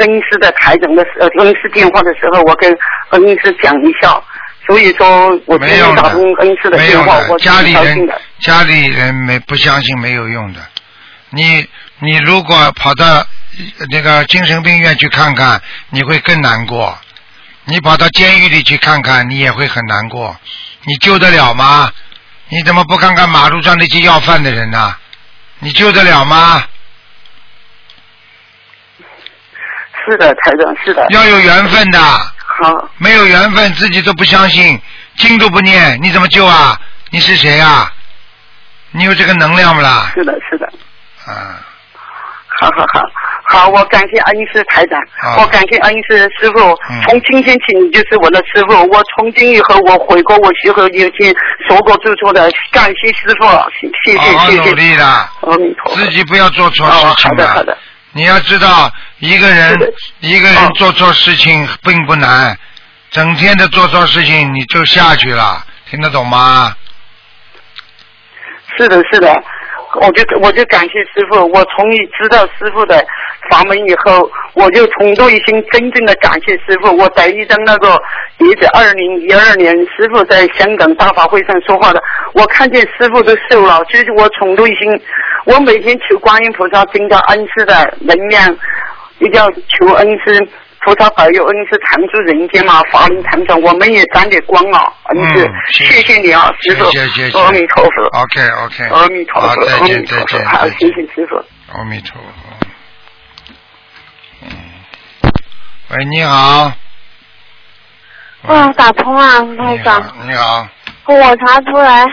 恩师的台长的时呃恩师电话的时候，我跟恩师讲一下。所以说，我今没天用打的通恩师，的没电用话，我是家里很高兴人的。家里人没不相信没有用的。你你如果跑到呃那个精神病院去看看，你会更难过；你跑到监狱里去看看，你也会很难过。你救得了吗？你怎么不看看马路上那些要饭的人呢、你救得了吗？是的，台长，是的。要有缘分的。好，没有缘分，自己都不相信，经都不念，你怎么救啊？你是谁啊？你有这个能量不啦？是的，是的。啊，好好好，好，我感谢恩师台长，好我感谢恩师师傅嗯。从今天起，你就是我的师傅。我从今以后，我悔过我学和有些所过做错的，感谢师傅，谢谢好好谢谢。努力啦，阿弥陀佛。自己不要做错哦，事好情的好的。你要知道，一个人是的一个人哦做错事情并不难，整天的做错事情你就下去了，听得懂吗？是的，是的，我就我就感谢师傅，我从你知道师傅的法门以后，我就从内心真正的感谢师傅。我在一张那个也在二零一二年师傅在香港大法会上说话的，我看见师傅都瘦了，就是我从内心，我每天求观音菩萨增加恩师的能量，也叫求恩师。菩萨保佑恩师常驻人间嘛，法轮常转，我们也沾点光啊，恩师，嗯谢谢谢谢你啊，师傅，谢谢谢谢阿弥陀佛。 OK OK，阿弥陀嗯好佛，，再阿弥见陀再佛见，好，再谢见谢。师傅。阿弥陀佛。嗯，喂，你好。啊，打通啊，你台好长，，你好，我查出来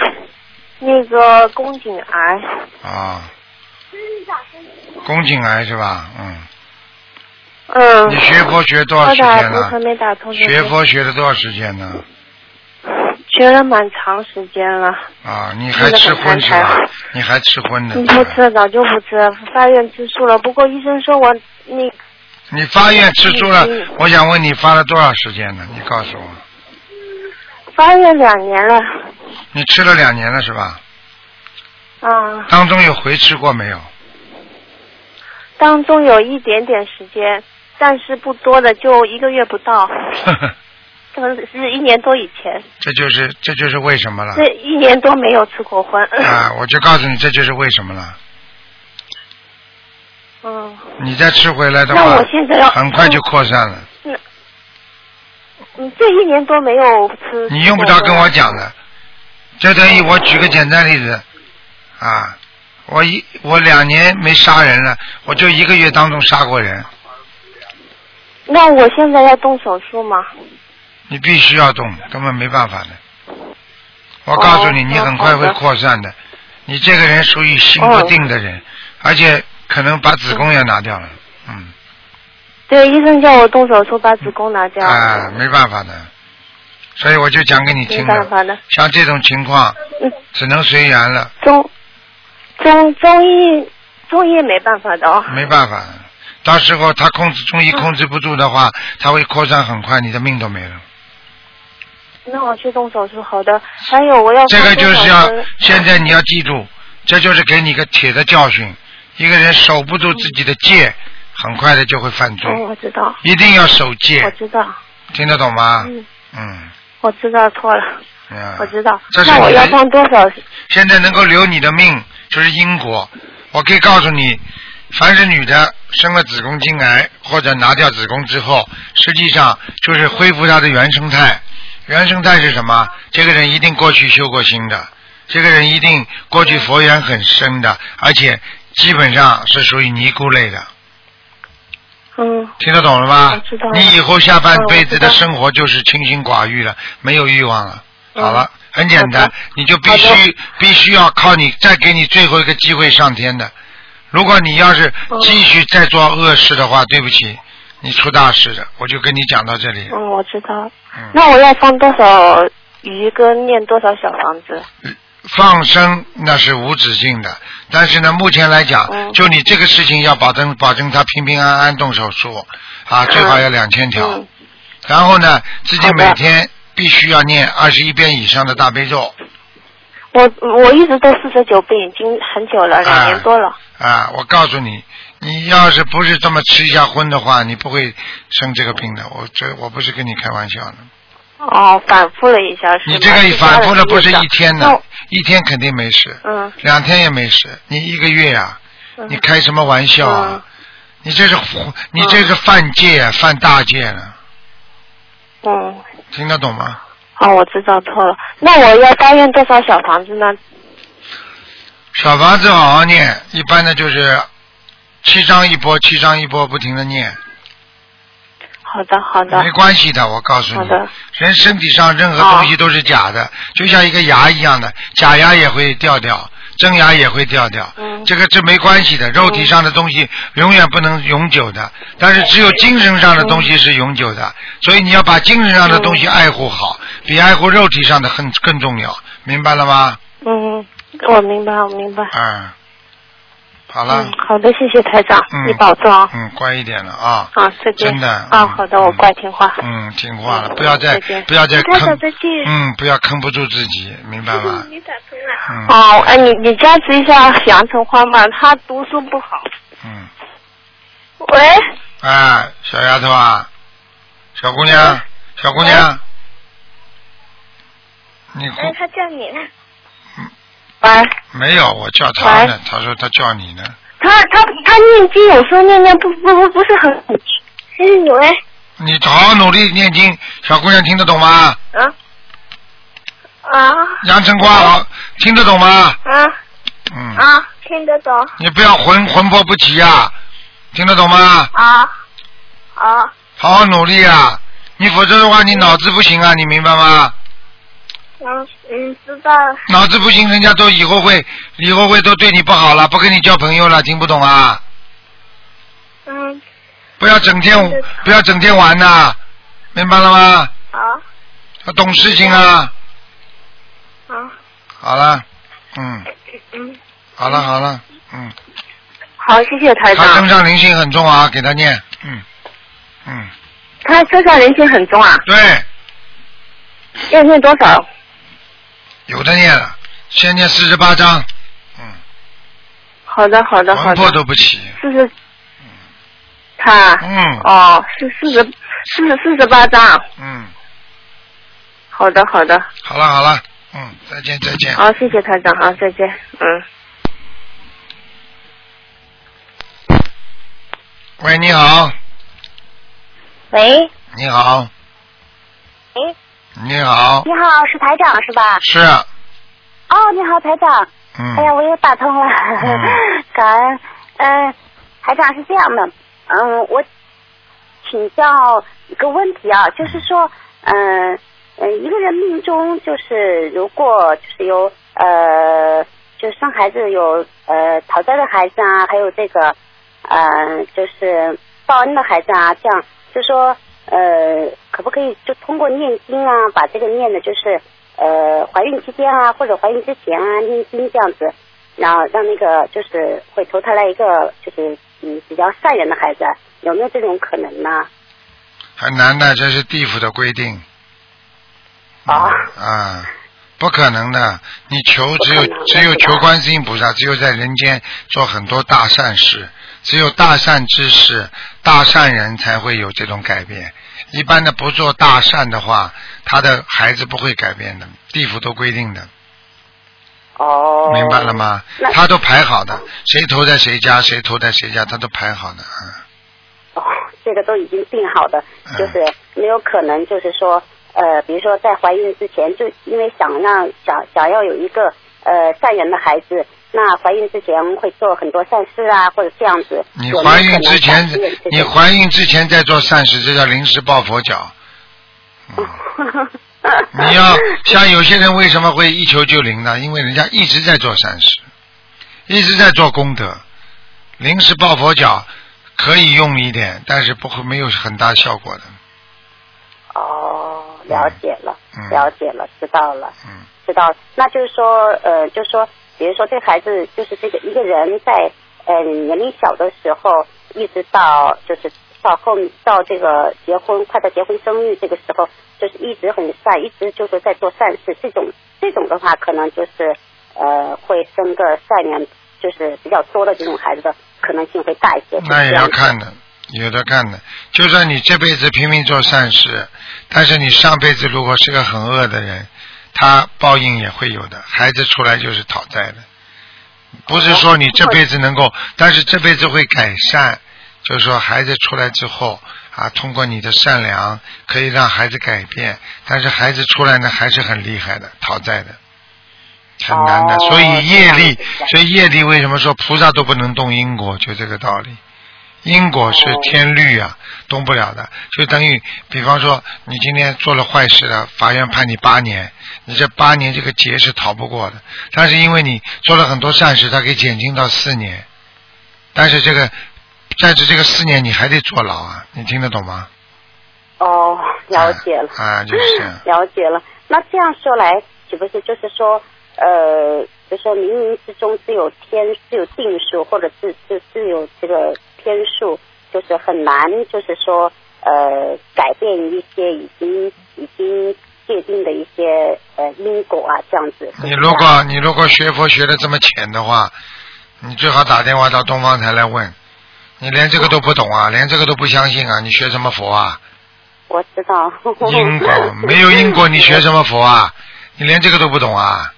那个宫颈癌，啊，宫颈癌是吧？嗯，嗯，你学佛学多少我时打间通还了？没打通，学佛学了多少时间呢？学了蛮长时间了，啊，你还吃荤是吧现在很难？你还吃荤的？不嗯吃了早就不吃了，发愿吃素了。不过医生说我那你发愿吃素了嗯嗯？我想问你发了多少时间呢？你告诉我，发愿两年了，你吃了两年了是吧？啊，当中有回吃过没有？ <laughs> 当中有一点点时间，但是不多的，就一个月不到，呵呵可能是一年多以前，这就是这就是为什么了这一年多没有吃过荤，啊！我就告诉你，这就是为什么了。嗯，你再吃回来的那话我，现在要很快就扩散了。嗯，这一年多没有吃，你用不着跟我。讲的，这等于我举个简单例子啊，我一我两年没杀人了，我就一个月当中杀过人，那我现在要动手术吗？你必须要动，根本没办法的。我告诉你，哦你很快会扩散的。你这个人属于心不定的哦人，而且可能把子宫也拿掉了，嗯，对，医生叫我动手术把子宫拿掉。啊，没办法的。所以我就讲给你没听办了，法的。像这种情况嗯，只能随缘了。中中中医中医也没办法的哦。没办法，到时候他控制中医控制不住的话，他会扩散很快，你的命都没了。那我去动手术，好的。还有我要这个就是要放嗯多少根现在你要记住，这就是给你一个铁的教训。一个人守不住自己的戒，很快的就会犯罪。哦，我知道，一定要守我戒，知道，听得懂吗？嗯，嗯，我知道错了，嗯我知道。这是那我你要的放多少？现在能够留你的命就是因果。我可以告诉你，凡是女的生了子宫颈癌或者拿掉子宫之后，实际上就是恢复她的原生态。原生态是什么？这个人一定过去修过心的，这个人一定过去佛缘很深的，而且基本上是属于尼姑类的。嗯，听得懂了吗？我知道了你以后下半辈子的嗯我知道生活就是清心寡欲了，没有欲望了。好了，很简嗯好单的，你就必好的须必须要靠你，再给你最后一个机会上天的。如果你要是嗯继续再做恶事的话，对不起，你出大事的。我就跟你讲到这里，嗯，我知道。嗯那我要放多少鱼跟念多少小房子？放生那是无止境的，但是呢，目前来讲，嗯就你这个事情要保证保证他平平安安动手术啊，最好要两千条。嗯，然后呢，自己好的每天必须要念二十一遍以上的大悲咒我我一直都四十九遍，已经很久了，两哎年多了。啊！我告诉你，你要是不是这么吃一下荤的话，你不会生这个病的。我这我不是跟你开玩笑的，哦，反复了一下是吗你这个反复了不是一天那的我，一天肯定没事，嗯两天也没事，你一个月呀、嗯你开什么玩笑啊嗯？你这是你这是犯戒、啊，犯大戒了，嗯，听得懂吗？哦，我知道错了。那我要发愿多少小房子呢？小房子好好念，一般的就是七张一波，七张一波不停的念。好的，好的没，关系的，我告诉好你的，人身体上任何东西都是假的，就像一个牙一样的，假牙也会掉掉，真牙也会掉掉，嗯这个这没关系的，肉体上的东西永远不能永久的，但是只有精神上的东西是永久的，所以你要把精神上的东嗯西爱护好，比爱护肉体上的更更重要，明白了吗？嗯，我明白，我明白。嗯，好了嗯，，好的，谢谢台长，嗯你保重啊。嗯，乖一点了啊，啊，再见。真的啊，嗯好的，我乖，听话。嗯，听话了，不要再再见不要再台长坑再见，嗯，不要坑不住自己，明白吗？ <laughs> 嗯你打通了。哦，哎，你你加持一下杨成欢吧，他读书不好。嗯喂，嗯，哎，小丫头啊，小姑娘，小姑娘，你哭他叫你呢。喂，没有？我叫她呢，她说她叫你呢。他他他念经有时候念念不不不不是很，嗯，喂，你好好努力念经，小姑娘听得懂吗？啊啊杨成光，好，听得懂吗？啊嗯，啊，听得懂你不要魂魂魄不齐呀、听得懂吗？啊啊好好努力啊！你否则的话，你脑子不行啊，你明白吗？嗯嗯，知道了脑子不行，人家都以后会，以后会都对你不好了，不跟你交朋友了，听不懂啊？嗯不要整天对不要整天玩呐、明白了吗？好要懂事情啊！好好了，嗯，嗯好了好了，嗯，好，谢谢台他身长，上灵性很重啊，给他念，嗯，嗯，他身上人性很重啊，对，要念多少？有的念了，先念四十八章，嗯，好的好的好魂魄的，都不起，四十，他嗯哦是四十四十四十八张，嗯，好的好的，好了好了，嗯，再见再见。好谢谢台长，好再见，嗯。喂，你好，喂，你好，喂，你好，你好，是台长是吧？是，哦，你好，台长。嗯哎，呀，我也打通了，嗯 <laughs> 感恩。嗯、台长是这样的，嗯，我请教一个问题啊，就是说，嗯、嗯、一个人命中就是如果就是有呃，就生孩子有呃讨债的孩子啊，还有这个呃，就是报恩的孩子啊，这样就说呃，可不可以就通过念经啊，把这个念的，就是呃，怀孕期间啊，或者怀孕之前啊，念经这样子，然后让那个就是会投胎来一个就是嗯比较善良的孩子，啊有没有这种可能呢？很难的，这是地府的规定。啊、啊，不可能的，你求只有只有求观世音菩萨，只有在人间做很多大善事，只有大善之事、大善人才会有这种改变。一般的不做大善的话，他的孩子不会改变的，地府都规定的。哦，明白了吗那？他都排好的，谁投在谁家，谁投在谁家，他都排好的啊。哦， <laughs> 这个都已经定好的，嗯就是没有可能，就是说，呃，比如说在怀孕之前，就因为想让想想要有一个呃善人的孩子，那怀孕之前会做很多善事啊，或者这样子。你有没有怀孕可能之前改变这，你种怀孕之前在做善事，这叫临时抱佛脚。嗯 <laughs> 你要像有些人为什么会一求就灵呢？因为人家一直在做善事，一直在做功德，临时抱佛脚可以用一点，但是不会没有很大效果的。哦，了解了，嗯了解了，知道了，嗯，知道了。那就是说，呃，就是说，比如说这孩子，就是这个一个人在呃年龄小的时候，一直到就是到后到这个结婚快到结婚生育这个时候，就是一直很善，一直就是在做善事。这种这种的话，可能就是呃会生个善良，就是比较多的这种孩子的可能性会大一些。那也是这样要子看的，有的看的。就算你这辈子拼命做善事，但是你上辈子如果是个很恶的人，他报应也会有的，孩子出来就是讨债的。不是说你这辈子能够，但是这辈子会改善，就是说孩子出来之后啊，通过你的善良可以让孩子改变，但是孩子出来呢还是很厉害的，讨债的。很难的，哦所以业这样力子，所以业力为什么说菩萨都不能动因果，就这个道理。因果是天律啊，动不了的。就等于，比方说你今天做了坏事了，法院判你八年，你这八年这个劫是逃不过的。但是因为你做了很多善事，它可以减轻到四年。但是这个，但是这个四年你还得坐牢啊，你听得懂吗？哦，了解了。啊，就是这样。嗯了解了，那这样说来，岂不是就是说，呃，就说冥冥之中自有天，自有定数，或者自自自有这个天数，就是很难，就是说，呃，改变一些已经已经界定的一些呃因果啊，这样 <laughs> 子。你如果你如果学佛学的这么浅的话，你最好打电话到东方台来问。你连这个都不懂啊，连这个都不相信啊，你学什么佛啊？我知道。因 <laughs> 哦果没有因果，你学什么佛啊？你连这个都不懂啊？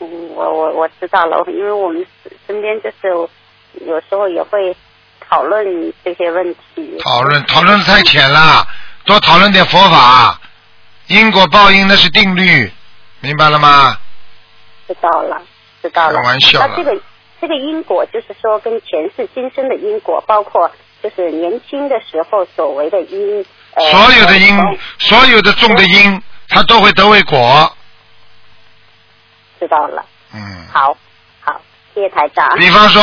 嗯，我我我知道了，因为我们身边就是有时候也会讨论这些问题。讨论讨论的太浅了，多讨论点佛法。啊因果报应那是定律，明白了吗？知道了，知道了。开玩笑了那这个这个因果就是说跟前世今生的因果，包括就是年轻的时候所为的因。呃、所有的因，所有的种的因，它都会得为果。知道了。嗯。好，好，谢谢台长。 <laughs> 比方说，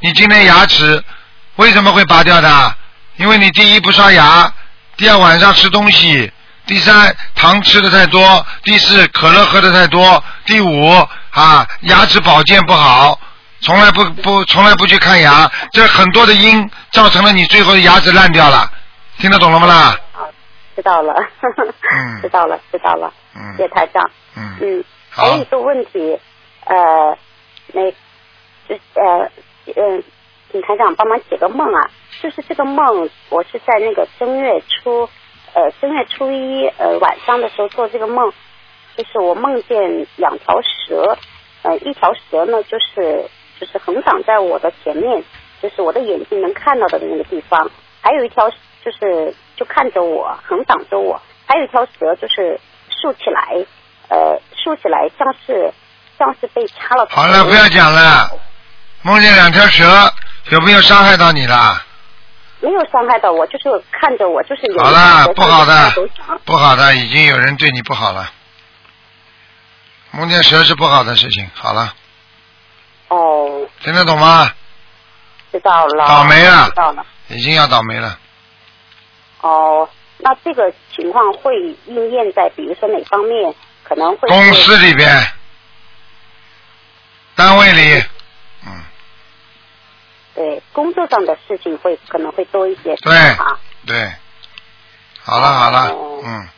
你今天牙齿为什么会拔掉的？因为你第一不刷牙，第二晚上吃东西，第三糖吃的太多，第四可乐喝的太多，第五啊牙齿保健不好，从来不不从来不去看牙，这很多的因造成了你最后的牙齿烂掉了，听得懂了吗啦？知道了，嗯， <laughs> 知道了，知道了，嗯谢谢台长，嗯嗯，好还有一个问题，呃，那，就是呃，嗯、请台长帮忙解个梦啊，就是这个梦，我是在那个正月初，呃，正月初一呃晚上的时候做这个梦，就是我梦见两条蛇，呃，一条蛇呢就是就是横挡在我的前面，就是我的眼睛能看到的那个地方，还有一条就是就看着我，横挡着我，还有一条蛇就是竖起来，呃，竖起来像是像是被插了。好了，不要讲。了。梦见两条蛇，有没有伤害到你了？没有伤害到我，就是看着我，就是有。好啦不好的就是不好的，已经有人对你不好了。梦见蛇是不好的事情。好了，哦，听得懂吗？知道了。倒霉了知道了。已经要倒霉了。哦，那这个情况会应验在比如说哪方面？可能会是公司里边、单位里、嗯嗯工作上的事情会可能会多一些。对啊，对，好哦了好了，嗯，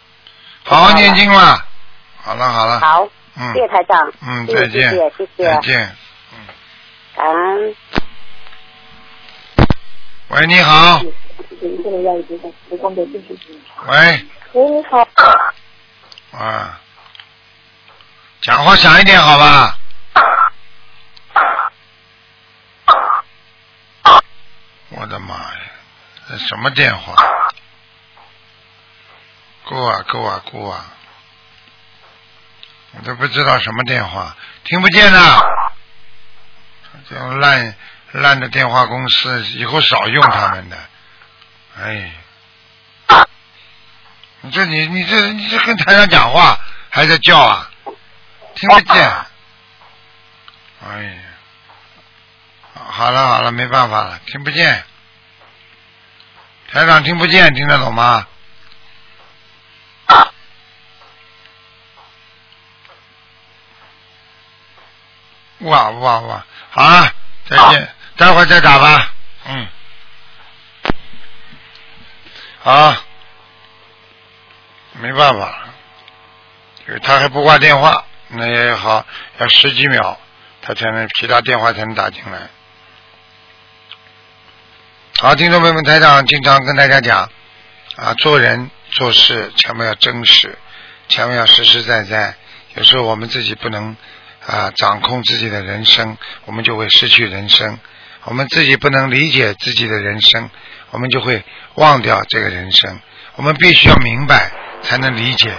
好好念经吧。好了好了，好，嗯谢谢台长，嗯，谢再谢见谢谢，谢谢，再见。感恩。喂，你好，喂，喂，你好，啊，讲话响一点好吧？我的妈呀，这什么电话？够啊够啊够啊！我都不知道什么电话，听不见呐。这种烂烂的电话公司，以后少用他们的。哎，你这你你这你这跟台上讲话还在叫啊？听不见。哎呀，好了好了，没办法了，听不见。台长听不见，听得懂吗？哇哇哇！好了，再见，待会儿再打吧。嗯，好，没办法了，这个他还不挂电话，那也好，要十几秒，他才能其他电话才能打进来。好，听众朋友们，台长经常跟大家讲啊，做人做事千万要真实，千万要实实在在。有时候我们自己不能啊掌控自己的人生，我们就会失去人生；我们自己不能理解自己的人生，我们就会忘掉这个人生。我们必须要明白，才能理解。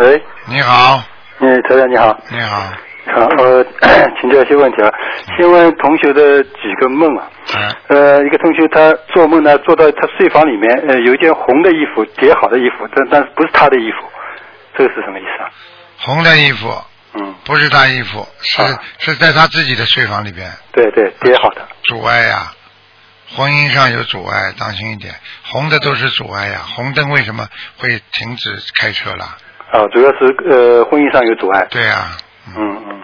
喂，你好，嗯，哎台长你好，你好，好，呃， <coughs> 请教一些问题啊。嗯先问同学的几个梦啊，啊呃，一个同学他做梦呢，做到他睡房里面，呃，有一件红的衣服，叠好的衣服，但但是不是他的衣服，这个是什么意思啊？红的衣服，嗯，不是他衣服，是、是在他自己的睡房里边。对对，叠好的。阻碍呀、婚姻上有阻碍，当心一点。红的都是阻碍呀、红灯为什么会停止开车了？啊，主要是呃婚姻上有阻碍。对啊。嗯嗯。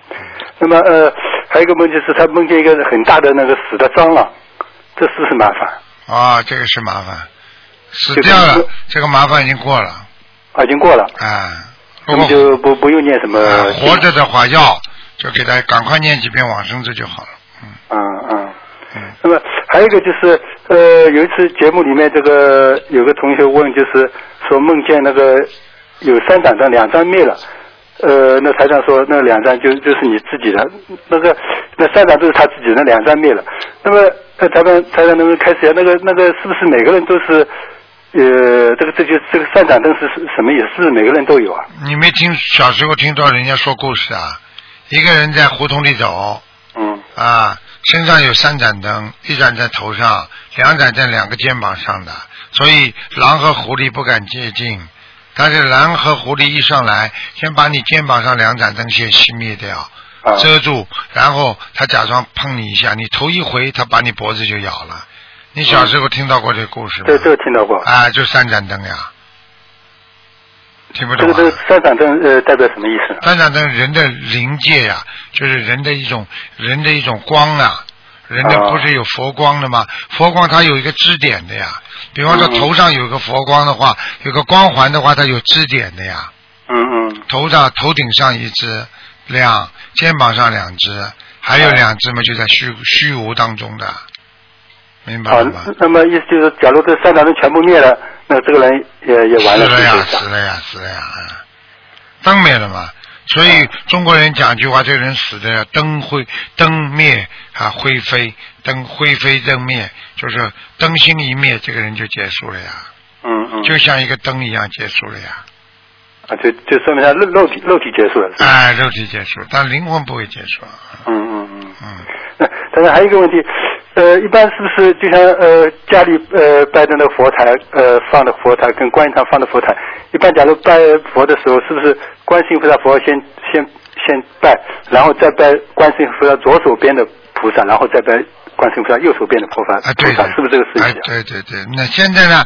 那么呃，还有一个梦就是他梦见一个很大的那个死的蟑螂，这是不是麻烦？啊，这个是麻烦，死掉了，这个麻烦已经过了。啊，已经过了。啊，那么就呃不不用念什么经活着的话要就给他赶快念几遍往生咒就好了。嗯嗯，那么还有一个就是，呃，有一次节目里面这个有个同学问，就是说梦见那个有三盏灯，两盏灭了，呃，那台长说那两盏就就是你自己的，那个那三盏都是他自己的，那两盏灭了。那么呃，台长台长能不能开始一下？那个那个是不是每个人都是？呃，这个这就这个三盏灯是是什么意思？是不是每个人都有啊？你没听小时候听到人家说故事啊？一个人在胡同里走，嗯，啊，身上有三盏灯，一盏在头上，两盏在两个肩膀上的，所以狼和狐狸不敢接近。但是狼和狐狸一上来，先把你肩膀上两盏灯先熄灭掉，啊遮住，然后他假装碰你一下，你头一回，他把你脖子就咬了。你小时候听到过这故事吗？这这个听到过。啊，就三盏灯呀，听不这懂个啊？这个三盏灯呃代表什么意思？三盏灯人的灵界呀、就是人的一种人的一种光啊。人的哦不是有佛光的吗？佛光它有一个支点的呀，比方说嗯头上有一个佛光的话，有个光环的话，它有支点的呀。嗯嗯。头上头顶上一只亮，肩膀上两只，还有两只嘛就在虚虚无当中的，明白好了吗？，那么意思就是，假如这三盏灯全部灭了，那这个人也也完了，死了是呀不，是？死了呀，死了呀，啊灯灭了嘛。所以中国人讲一句话，这个人死的灯灰灯灭啊，灰飞灯灰飞灯灭，就是灯芯一灭，这个人就结束了呀，嗯嗯。就像一个灯一样结束了呀，啊，就就说明他肉肉体肉体结束了。是吧哎，肉体结束，但灵魂不会结束啊。嗯嗯嗯。嗯。但是还有一个问题，呃，一般是不是就像呃家里呃拜的那个佛台呃放的佛台跟观音堂放的佛台，一般假如拜佛的时候，是不是观世音菩萨佛先先先拜，然后再拜观世音菩萨左手边的菩萨，然后再拜观世音菩萨右手边的菩萨？啊，对是不是这个事情？哎，对对对，那现在呢，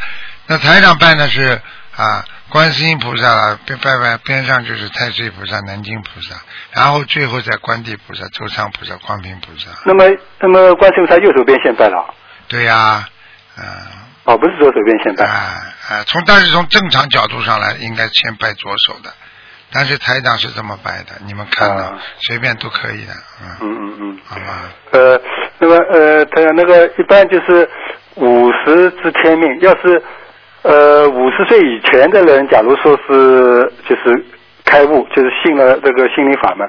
那台长拜呢是啊，观世音菩萨了，边拜拜边上就是太岁菩萨、南京菩萨，然后最后再观地菩萨、周仓菩萨、观平菩萨。那么，那么观世音菩萨右手边先拜了，对呀、嗯哦，不是左手边先拜。啊，从但是从正常角度上来，应该先拜左手的，但是台长是这么拜的，你们看到、随便都可以的，嗯啊嗯嗯，好吧，呃，那么呃，他那个一般就是五十知天命，要是呃五十岁以前的人，假如说是就是开悟，就是信了这个心灵法门，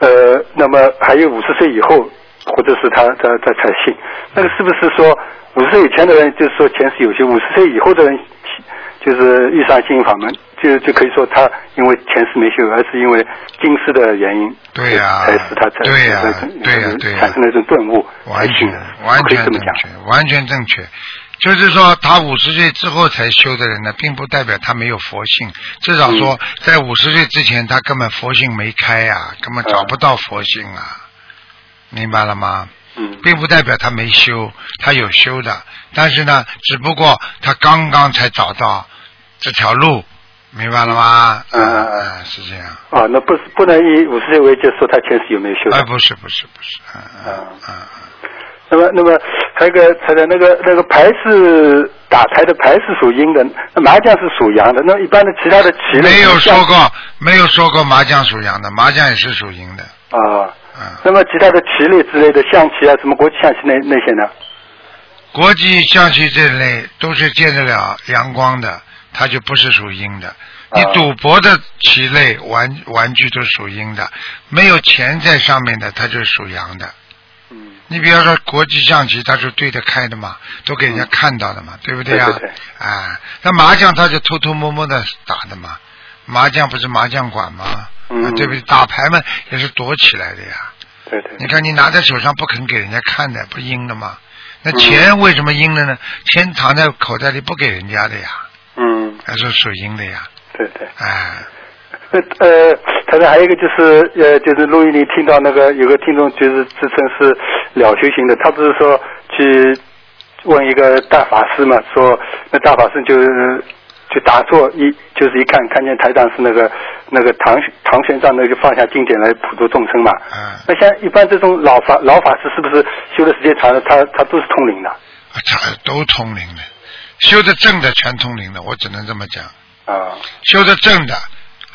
呃，那么还有五十岁以后，或者是他他他才信，那个是不是说五十岁以前的人，就是说前世有些，五十岁以后的人，就是遇上心灵法门，就就可以说他因为前世没修，而是因为今世的原因，对呀、才使哎他才对呀、才对呀、对呀、啊产生了一种顿悟，完才全信的，完可以全这么正讲。确，完全正确。就是说，他五十岁之后才修的人呢，并不代表他没有佛性。至少说，在五十岁之前，他根本佛性没开呀、根本找不到佛性啊，明白了吗？嗯，并不代表他没修，他有修的，但是呢，只不过他刚刚才找到这条路，明白了吗？嗯嗯嗯，是这样。啊，那不是不能以五十岁为界说他前世有没有修的。哎，不是不是不是，啊那么，那么还有一个他的那个那个牌是打牌的牌是属阴的，那麻将是属阳的。那一般的其他的棋类没有像说过没有说过麻将属阳的，麻将也是属阴的。啊。那么其他的棋类之类的象棋啊，什么国际象棋那那些呢？国际象棋这类都是见得了阳光的，它就不是属阴啊的。你赌博的棋类玩玩具都是属阴的，没有钱在上面的，它就是属阳的。嗯。你比方说国际象棋，它是对得开的嘛，都给人家看到的嘛，对不啊？嗯对对啊，那麻将它就偷偷摸摸的打的嘛，麻将不是麻将馆吗？嗯啊对不对？打牌嘛也是躲起来的呀。对对。你看你拿在手上不肯给人家看的，不阴的吗？那钱为什么阴了呢？钱藏在口袋里不给人家的呀，嗯，还是属阴的呀。对对。哎，那呃，他说还有一个就是呃，就是录音里听到那个有个听众就是自称是了修行的，他不是说去问一个大法师嘛，说那大法师就是就打坐一就是一看看见台上是那个那个唐唐玄奘那个放下经典来普度众生嘛，哎那像一般这种老法老法师是不是修的时间长了，他他都是通灵的？他都通灵的，修的正的全通灵的，我只能这么讲。啊。修的正的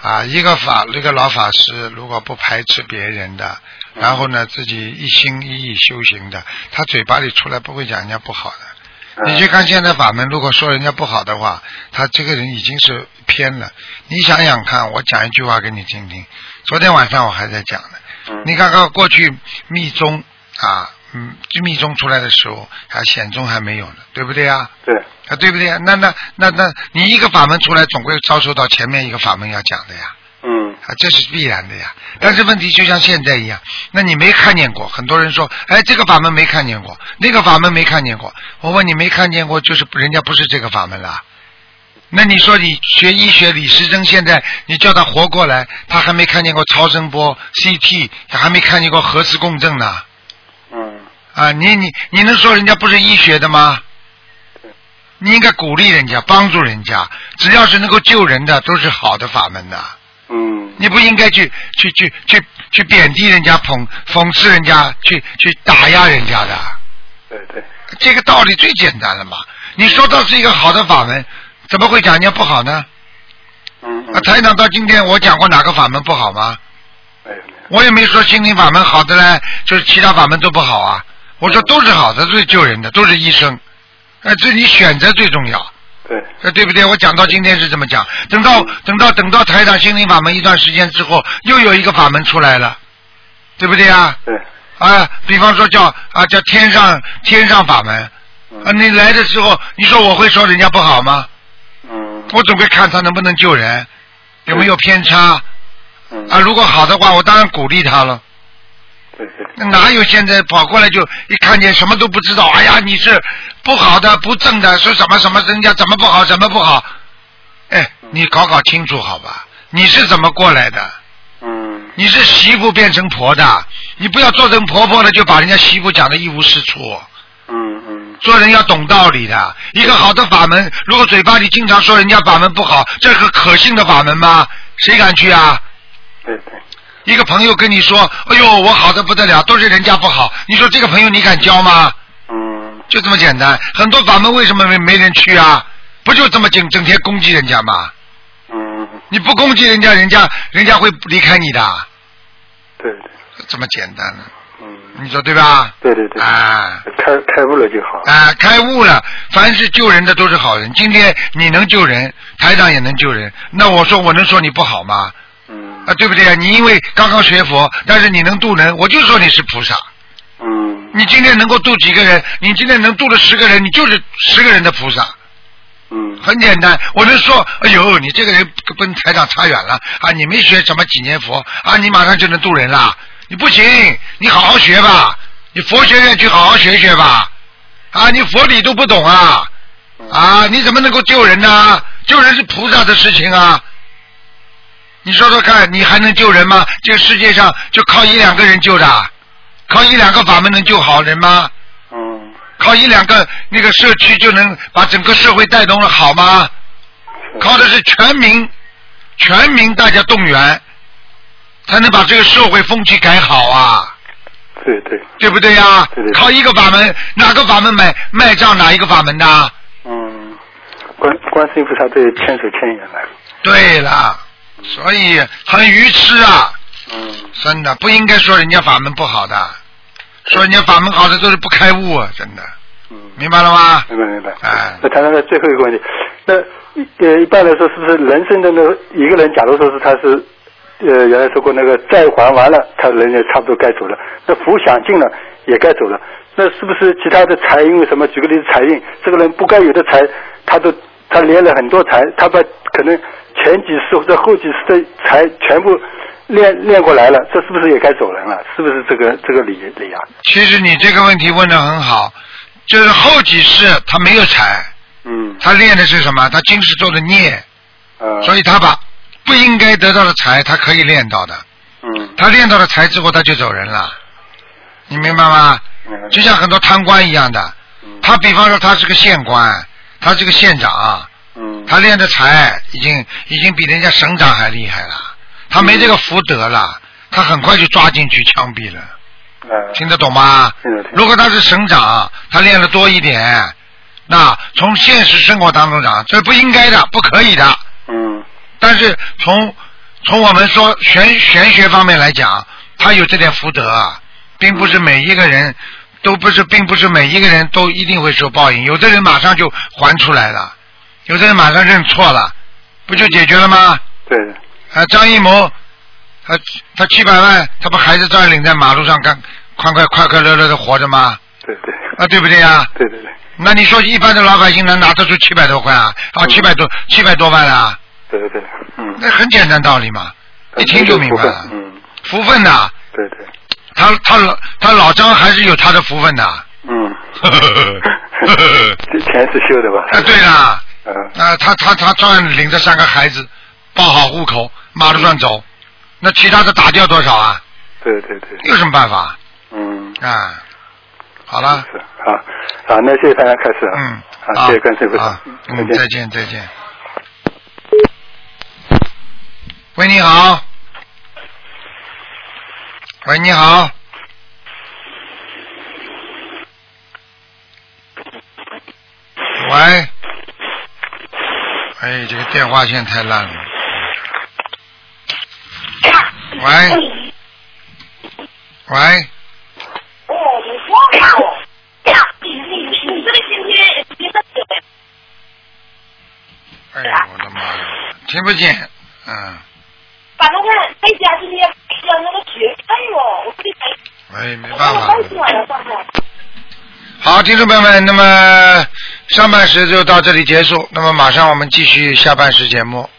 啊，一个法一个老法师，如果不排斥别人的，然后呢自己一心一意修行的，他嘴巴里出来不会讲人家不好的。啊你去看现在法门，如果说人家不好的话，他这个人已经是偏了。你想想看，我讲一句话给你听听。昨天晚上我还在讲呢，你看看过去密宗啊，嗯，密宗出来的时候，还显宗还没有呢，对不对啊？对。啊，对不对啊？那那那那，你一个法门出来，总归遭受到前面一个法门要讲的呀。嗯。啊，这是必然的呀。但是问题就像现在一样，那你没看见过，很多人说，哎，这个法门没看见过，那个法门没看见过。我问你，没看见过，就是人家不是这个法门了。那你说你学医学李时珍，现在你叫他活过来，他还没看见过超声波、CT，他还没看见过核磁共振呢。嗯。啊，你你你能说人家不是医学的吗？你应该鼓励人家，帮助人家，只要是能够救人的，都是好的法门的。嗯，你不应该去去去去去贬低人家、讽讽刺人家、去去打压人家的。对对。这个道理最简单了嘛。你说到是一个好的法门，怎么会讲人家不好呢？嗯。啊，台长到今天我讲过哪个法门不好吗？哎我也没说心灵法门好的嘞，就是其他法门都不好啊。我说都是好的，都是救人的，都是医生。哎、这你选择最重要。对。呃，对不对？我讲到今天是这么讲，等到等到等到台长心灵法门一段时间之后，又有一个法门出来了，对不对啊？对。啊，比方说叫啊叫天上天上法门，啊，你来的时候，你说我会说人家不好吗？嗯。我总会看他能不能救人，有没有偏差。嗯。啊，如果好的话，我当然鼓励他了。对对。那哪有现在跑过来就一看见什么都不知道？哎呀，你是不好的、不正的，说什么什么人家怎么不好，怎么不好？哎，你搞搞清楚好吧？你是怎么过来的？嗯。你是媳妇变成婆的，你不要做成婆婆了就把人家媳妇讲的一无是处。嗯嗯。做人要懂道理的。一个好的法门，如果嘴巴里经常说人家法门不好，这是可信的法门吗？谁敢去啊？对对。一个朋友跟你说：“哎呦，我好的不得了，都是人家不好。”你说这个朋友你敢交吗？嗯。就这么简单。很多法门为什么没没人去啊？不就这么整整天攻击人家吗？嗯。你不攻击人家，人家人家会离开你的。对对。这么简单呢。嗯。你说对吧？对对对，啊，开开悟了就好。啊，开悟了，凡是救人的都是好人。今天你能救人，台长也能救人，那我说我能说你不好吗？嗯。啊，对不对啊？你因为刚刚学佛，但是你能渡人，我就说你是菩萨。嗯。你今天能够渡几个人？你今天能渡了十个人，你就是十个人的菩萨。嗯。很简单，我能说，哎呦，你这个人跟台长差远了啊！你没学什么几年佛啊，你马上就能渡人啦？你不行，你好好学吧，你佛学院去好好学学吧。啊，你佛理都不懂啊！啊，你怎么能够救人呢、救人是菩萨的事情啊！你说说看，你还能救人吗？这个世界上就靠一两个人救的，靠一两个法门能救好人吗？嗯。靠一两个那个社区就能把整个社会带动了好吗？靠的是全民，全民大家动员，才能把这个社会风气改好啊。对对，对不对呀、靠一个法门，哪个法门买卖账哪一个法门的？嗯，观观世音菩萨对千手千眼来。对了，所以很愚痴啊。嗯。真的不应该说人家法门不好的，说人家法门好的都是不开悟啊，真的。嗯。明白了吗？明白明白。哎那谈谈那最后一个问题，那一呃一般来说是不是人生的那个一个人，假如说是他是呃原来说过那个债还完了，他人也差不多该走了，那福享尽了也该走了，那是不是其他的财因为什么？举个例子，财运，这个人不该有的财，他都他敛了很多财，他把可能前几世或者后几世的财全部。练练过来了，这是不是也该走人了？是不是这个这个理理啊？其实你这个问题问的很好，就是后几世他没有财，嗯，他练的是什么？他今世做的孽，呃，所以他把不应该得到的财，他可以练到的，嗯，他练到了财之后，他就走人了，你明白吗？嗯就像很多贪官一样的，他比方说他是个县官，他是个县长，嗯，他练的财已经已经比人家省长还厉害了，他没这个福德了，他很快就抓进去枪毙了。呃，听得懂吗？如果他是省长，他练的多一点，那从现实生活当中讲，这不应该的，不可以的。嗯。但是从从我们说玄玄学方面来讲，他有这点福德，啊，并不是每一个人都不是，并不是每一个人都一定会受报应。有的人马上就还出来了，有的人马上认错了，不就解决了吗？对，啊，张艺谋，他他七百万，他不还是照样领在马路上干，快快快快乐乐的活着吗？对对。啊，对不对呀、对对对，那你说一般的老百姓能拿得出七百多块啊？啊，七百多七百多万啊？对对对，嗯。那很简单道理嘛，一听呃就明白了。嗯，福分呐、对对，他他老他老张还是有他的福分的。 <laughs> 嗯，这钱是修的吧？啊，对啦。嗯。啊，他他他照样领着三个孩子，报好户口，马路上走。那其他的打掉多少啊？对对对，有什么办法嗯，啊？好了，好，好，那谢谢大家开始啊，啊嗯，好，谢谢观世音菩萨，嗯，再见再见。喂，你好。喂，你好。喂。哎，这个电话线太烂了。喂。喂。哎呦我的妈呀，听不见，嗯，把那个在家今天扔那个学费哦，我给谁？喂，没我办法太了。喜欢了，上海。好，听众朋友们，那么上半时就到这里结束，那么马上我们继续下半时节目。